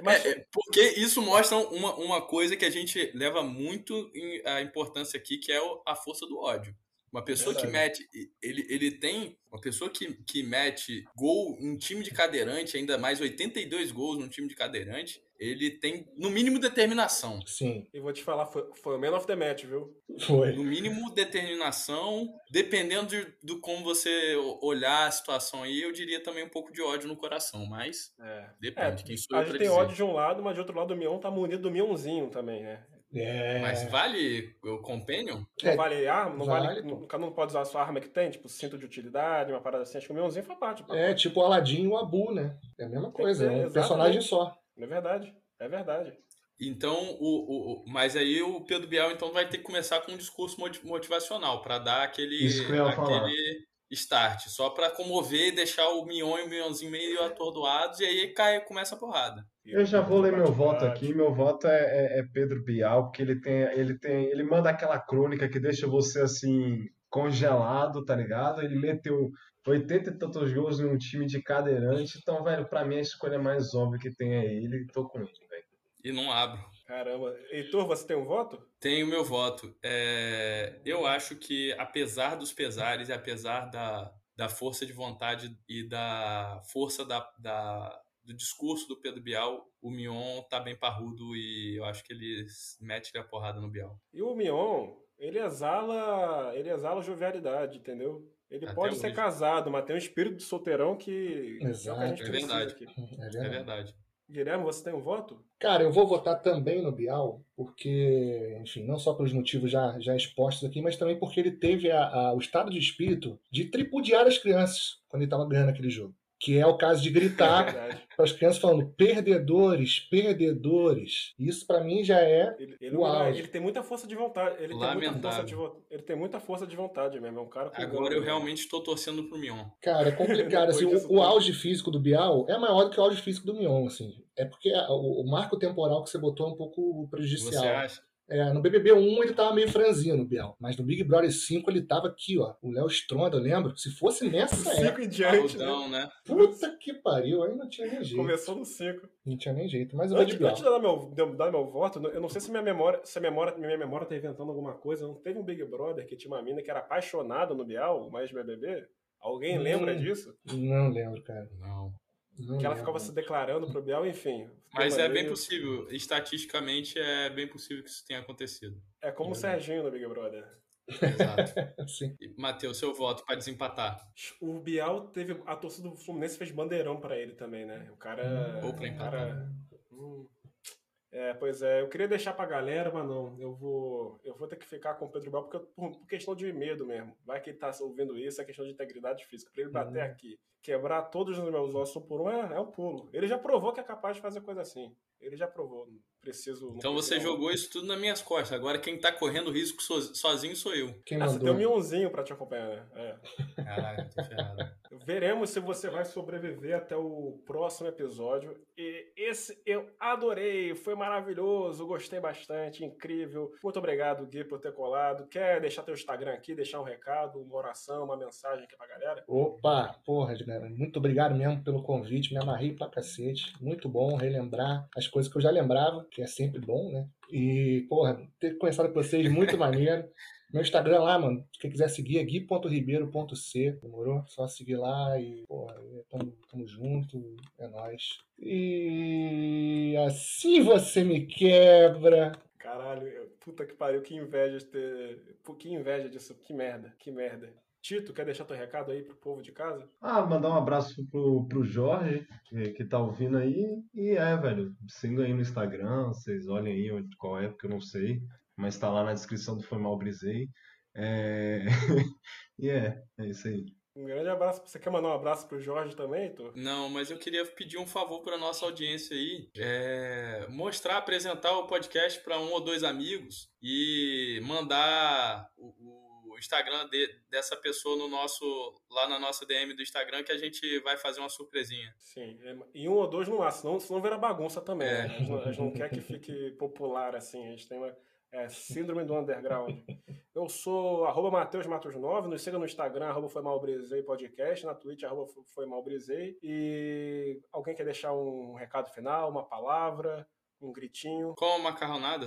[SPEAKER 1] Mas
[SPEAKER 2] É, é, porque isso mostra uma, uma coisa que a gente leva muito em- a importância aqui, que é o- a força do ódio.
[SPEAKER 1] É
[SPEAKER 2] Uma pessoa que mete. Ele, ele tem. Uma pessoa que, que mete gol em time de cadeirante, ainda mais 82 gols num time de cadeirante, ele tem, no mínimo, determinação.
[SPEAKER 4] Sim,
[SPEAKER 1] e vou te falar, foi, foi o Man of the Match, viu?
[SPEAKER 4] foi.
[SPEAKER 2] No mínimo, determinação. Dependendo de, do como você o- olhar a situação aí, eu diria também um pouco de ódio no coração, mas
[SPEAKER 1] É.
[SPEAKER 2] depende. quem sou
[SPEAKER 1] A
[SPEAKER 2] eu
[SPEAKER 1] gente
[SPEAKER 2] pra
[SPEAKER 1] tem
[SPEAKER 2] dizer.
[SPEAKER 1] ódio de um lado, mas de outro lado o Mion tá munido do Mionzinho também, né?
[SPEAKER 4] É.
[SPEAKER 2] Mas vale o Companion?
[SPEAKER 1] Não
[SPEAKER 4] É,
[SPEAKER 1] vale arma, não vale.
[SPEAKER 4] vale,
[SPEAKER 1] não-
[SPEAKER 4] pô.
[SPEAKER 1] Cada um pode usar a sua arma que tem, tipo cinto de utilidade, uma parada assim. Acho que o Mionzinho foi parte. pô.
[SPEAKER 4] É, tipo o Aladdin e o Abu, né? É a mesma coisa, é um
[SPEAKER 1] Exatamente.
[SPEAKER 4] personagem só.
[SPEAKER 1] É verdade, é verdade.
[SPEAKER 2] Então, o, o- o- mas aí o Pedro Bial então vai ter que começar com um discurso moti- motivacional para dar aquele,
[SPEAKER 3] Isso que eu ia falar.
[SPEAKER 2] aquele start, só para comover e deixar o Mion e o Mionzinho meio atordoados e aí cai, começa a porrada.
[SPEAKER 3] Eu já vou ler meu voto aqui. Meu voto é, é- é Pedro Bial, porque ele tem, ele tem, ele manda aquela crônica que deixa você assim congelado, tá ligado? Ele meteu 80 e tantos gols em um time de cadeirante, então velho, pra mim a escolha mais óbvia que tem é ele. Tô com ele, velho.
[SPEAKER 2] E não abro.
[SPEAKER 1] Caramba. Heitor, você tem um voto?
[SPEAKER 2] Tenho meu voto. É, eu acho que, apesar dos pesares e apesar da, da força de vontade e da força da, da- do discurso do Pedro Bial, o Mion tá bem parrudo e eu acho que ele mete a porrada no Bial.
[SPEAKER 1] E o Mion, ele exala, ele exala jovialidade, entendeu? Ele
[SPEAKER 2] Até
[SPEAKER 1] pode
[SPEAKER 2] hoje.
[SPEAKER 1] ser casado, mas tem um espírito de solteirão que
[SPEAKER 4] Exato,
[SPEAKER 1] é o que a
[SPEAKER 2] é
[SPEAKER 1] gente precisa
[SPEAKER 2] verdade.
[SPEAKER 1] aqui.
[SPEAKER 4] É
[SPEAKER 2] É
[SPEAKER 4] verdade.
[SPEAKER 2] verdade.
[SPEAKER 1] Guilherme, você tem um voto?
[SPEAKER 4] Cara, eu vou votar também no Bial, porque, enfim, não só pelos motivos já, já expostos aqui, mas também porque ele teve a- a- o estado de espírito de tripudiar as crianças quando ele estava ganhando aquele jogo. Que é o caso de
[SPEAKER 1] É
[SPEAKER 4] gritar
[SPEAKER 1] verdade.
[SPEAKER 4] para as crianças falando perdedores, perdedores. Isso pra mim já é.
[SPEAKER 1] Ele, ele-
[SPEAKER 4] Uau.
[SPEAKER 1] não, ele tem muita força de vontade. Ele tem, muita força
[SPEAKER 2] Lamentável.
[SPEAKER 1] de, vo- ele tem muita força de vontade mesmo. É um cara com
[SPEAKER 2] Agora eu
[SPEAKER 1] gana.
[SPEAKER 2] realmente estou torcendo pro Mion.
[SPEAKER 4] Cara, é complicado. assim,
[SPEAKER 1] Depois disso
[SPEAKER 4] o, o
[SPEAKER 1] tudo.
[SPEAKER 4] auge físico do Bial é maior do que o auge físico do Mion, assim. É porque a- o, o marco temporal que você botou é um pouco prejudicial.
[SPEAKER 2] Você acha?
[SPEAKER 4] É, no BBB 1 ele tava meio franzino, Biel. Mas no Big Brother 5 ele tava aqui, ó. O Léo Stronda, eu lembro. Se fosse nessa época.
[SPEAKER 1] Cinco em diante, né?
[SPEAKER 2] Parrudão, né?
[SPEAKER 4] Puta que pariu, aí não tinha nem jeito.
[SPEAKER 1] Começou no cinco.
[SPEAKER 4] Não tinha nem jeito. Mas eu vou de
[SPEAKER 1] Antes,
[SPEAKER 4] Biel.
[SPEAKER 1] antes de, eu dar meu, de eu dar meu voto, eu não sei se minha memória, se a memória, minha memória tá inventando alguma coisa. Não teve um Big Brother que tinha uma mina que era apaixonada no Bial, mais BBB? Alguém
[SPEAKER 4] Hum.
[SPEAKER 1] lembra disso?
[SPEAKER 4] Não lembro, cara.
[SPEAKER 2] Não.
[SPEAKER 4] Não
[SPEAKER 1] Que ela
[SPEAKER 4] lembro.
[SPEAKER 1] ficava assim. se declarando pro Bial, enfim.
[SPEAKER 2] Mas é bem
[SPEAKER 1] Permanente.
[SPEAKER 2] possível. Estatisticamente é bem possível que isso tenha acontecido.
[SPEAKER 1] É como
[SPEAKER 4] Hum.
[SPEAKER 1] o Serginho no Big Brother.
[SPEAKER 2] Exato.
[SPEAKER 4] Sim.
[SPEAKER 2] E, Matheus, seu voto para desempatar.
[SPEAKER 1] O Bial teve. A torcida
[SPEAKER 2] Hum,
[SPEAKER 1] do Fluminense fez bandeirão pra ele também, né? O cara.
[SPEAKER 2] Ou pra
[SPEAKER 1] o cara. Hum, É, pois é, eu queria deixar pra galera, mas não. Eu vou, eu vou ter que ficar com o Pedro Bal porque, eu- por, por questão de medo mesmo. Vai que ele tá ouvindo isso, é questão de integridade física. Pra ele
[SPEAKER 2] Uhum.
[SPEAKER 1] bater aqui, quebrar todos os meus ossos um por um é, é um pulo. Ele já provou que é capaz de fazer coisa assim. Ele já provou. Não Preciso. não
[SPEAKER 2] Então você
[SPEAKER 1] preciso-
[SPEAKER 2] jogou isso tudo nas minhas costas. Agora quem tá correndo risco so- sozinho sou eu.
[SPEAKER 4] Quem
[SPEAKER 1] Ah, você tem um
[SPEAKER 4] mandou?
[SPEAKER 1] mionzinho pra te acompanhar, né? É.
[SPEAKER 2] Caraca, tô ferrado.
[SPEAKER 1] Veremos se você vai sobreviver até o próximo episódio. E esse eu adorei, foi maravilhoso, gostei bastante, incrível. Muito obrigado, Gui, por ter colado. Quer deixar teu Instagram aqui, deixar um recado, uma oração, uma mensagem aqui pra galera?
[SPEAKER 4] Opa, porra, galera. Muito obrigado mesmo pelo convite. Me amarrei pra cacete. Muito bom relembrar as coisas que eu já lembrava, que é sempre bom, né? E, porra, ter conversado com vocês, muito maneiro. Meu Instagram lá, mano. Quem quiser seguir é gui.ribeiro.c. Demorou? Só seguir lá e, porra, é, tamo, tamo junto. É nóis. E assim você me quebra.
[SPEAKER 1] Caralho, eu- puta que pariu, que inveja de ter. pô, Que inveja disso, que merda, que merda. Tito, quer deixar teu recado aí pro povo de casa?
[SPEAKER 3] Ah, mandar um abraço pro, pro Jorge, que, que tá ouvindo aí. E é, velho, sigam aí no Instagram, vocês olhem aí onde- qual é, porque eu não sei. Mas tá lá na descrição do Foi Mal Brisei. É... e é, é isso aí.
[SPEAKER 1] Um grande abraço. Você quer mandar um abraço pro Jorge também, Heitor?
[SPEAKER 2] Não, mas eu queria pedir um favor pra nossa audiência aí, é, mostrar, apresentar o podcast pra um ou dois amigos e mandar o, o Instagram de- dessa pessoa no nosso lá na nossa DM do Instagram que a gente vai fazer uma surpresinha.
[SPEAKER 1] Sim, é, e um ou dois no máximo, senão, senão vira bagunça também. né?
[SPEAKER 2] É.
[SPEAKER 1] A gente não- a gente não quer que fique popular assim, a gente tem uma é, síndrome do underground. Eu sou arroba Matheus Matos 9, nos siga no Instagram, arroba foi malbrisei podcast, na Twitch, arroba Fo- foi malbrisei. E alguém quer deixar um recado final, uma palavra, um gritinho?
[SPEAKER 2] Qual a macarronada?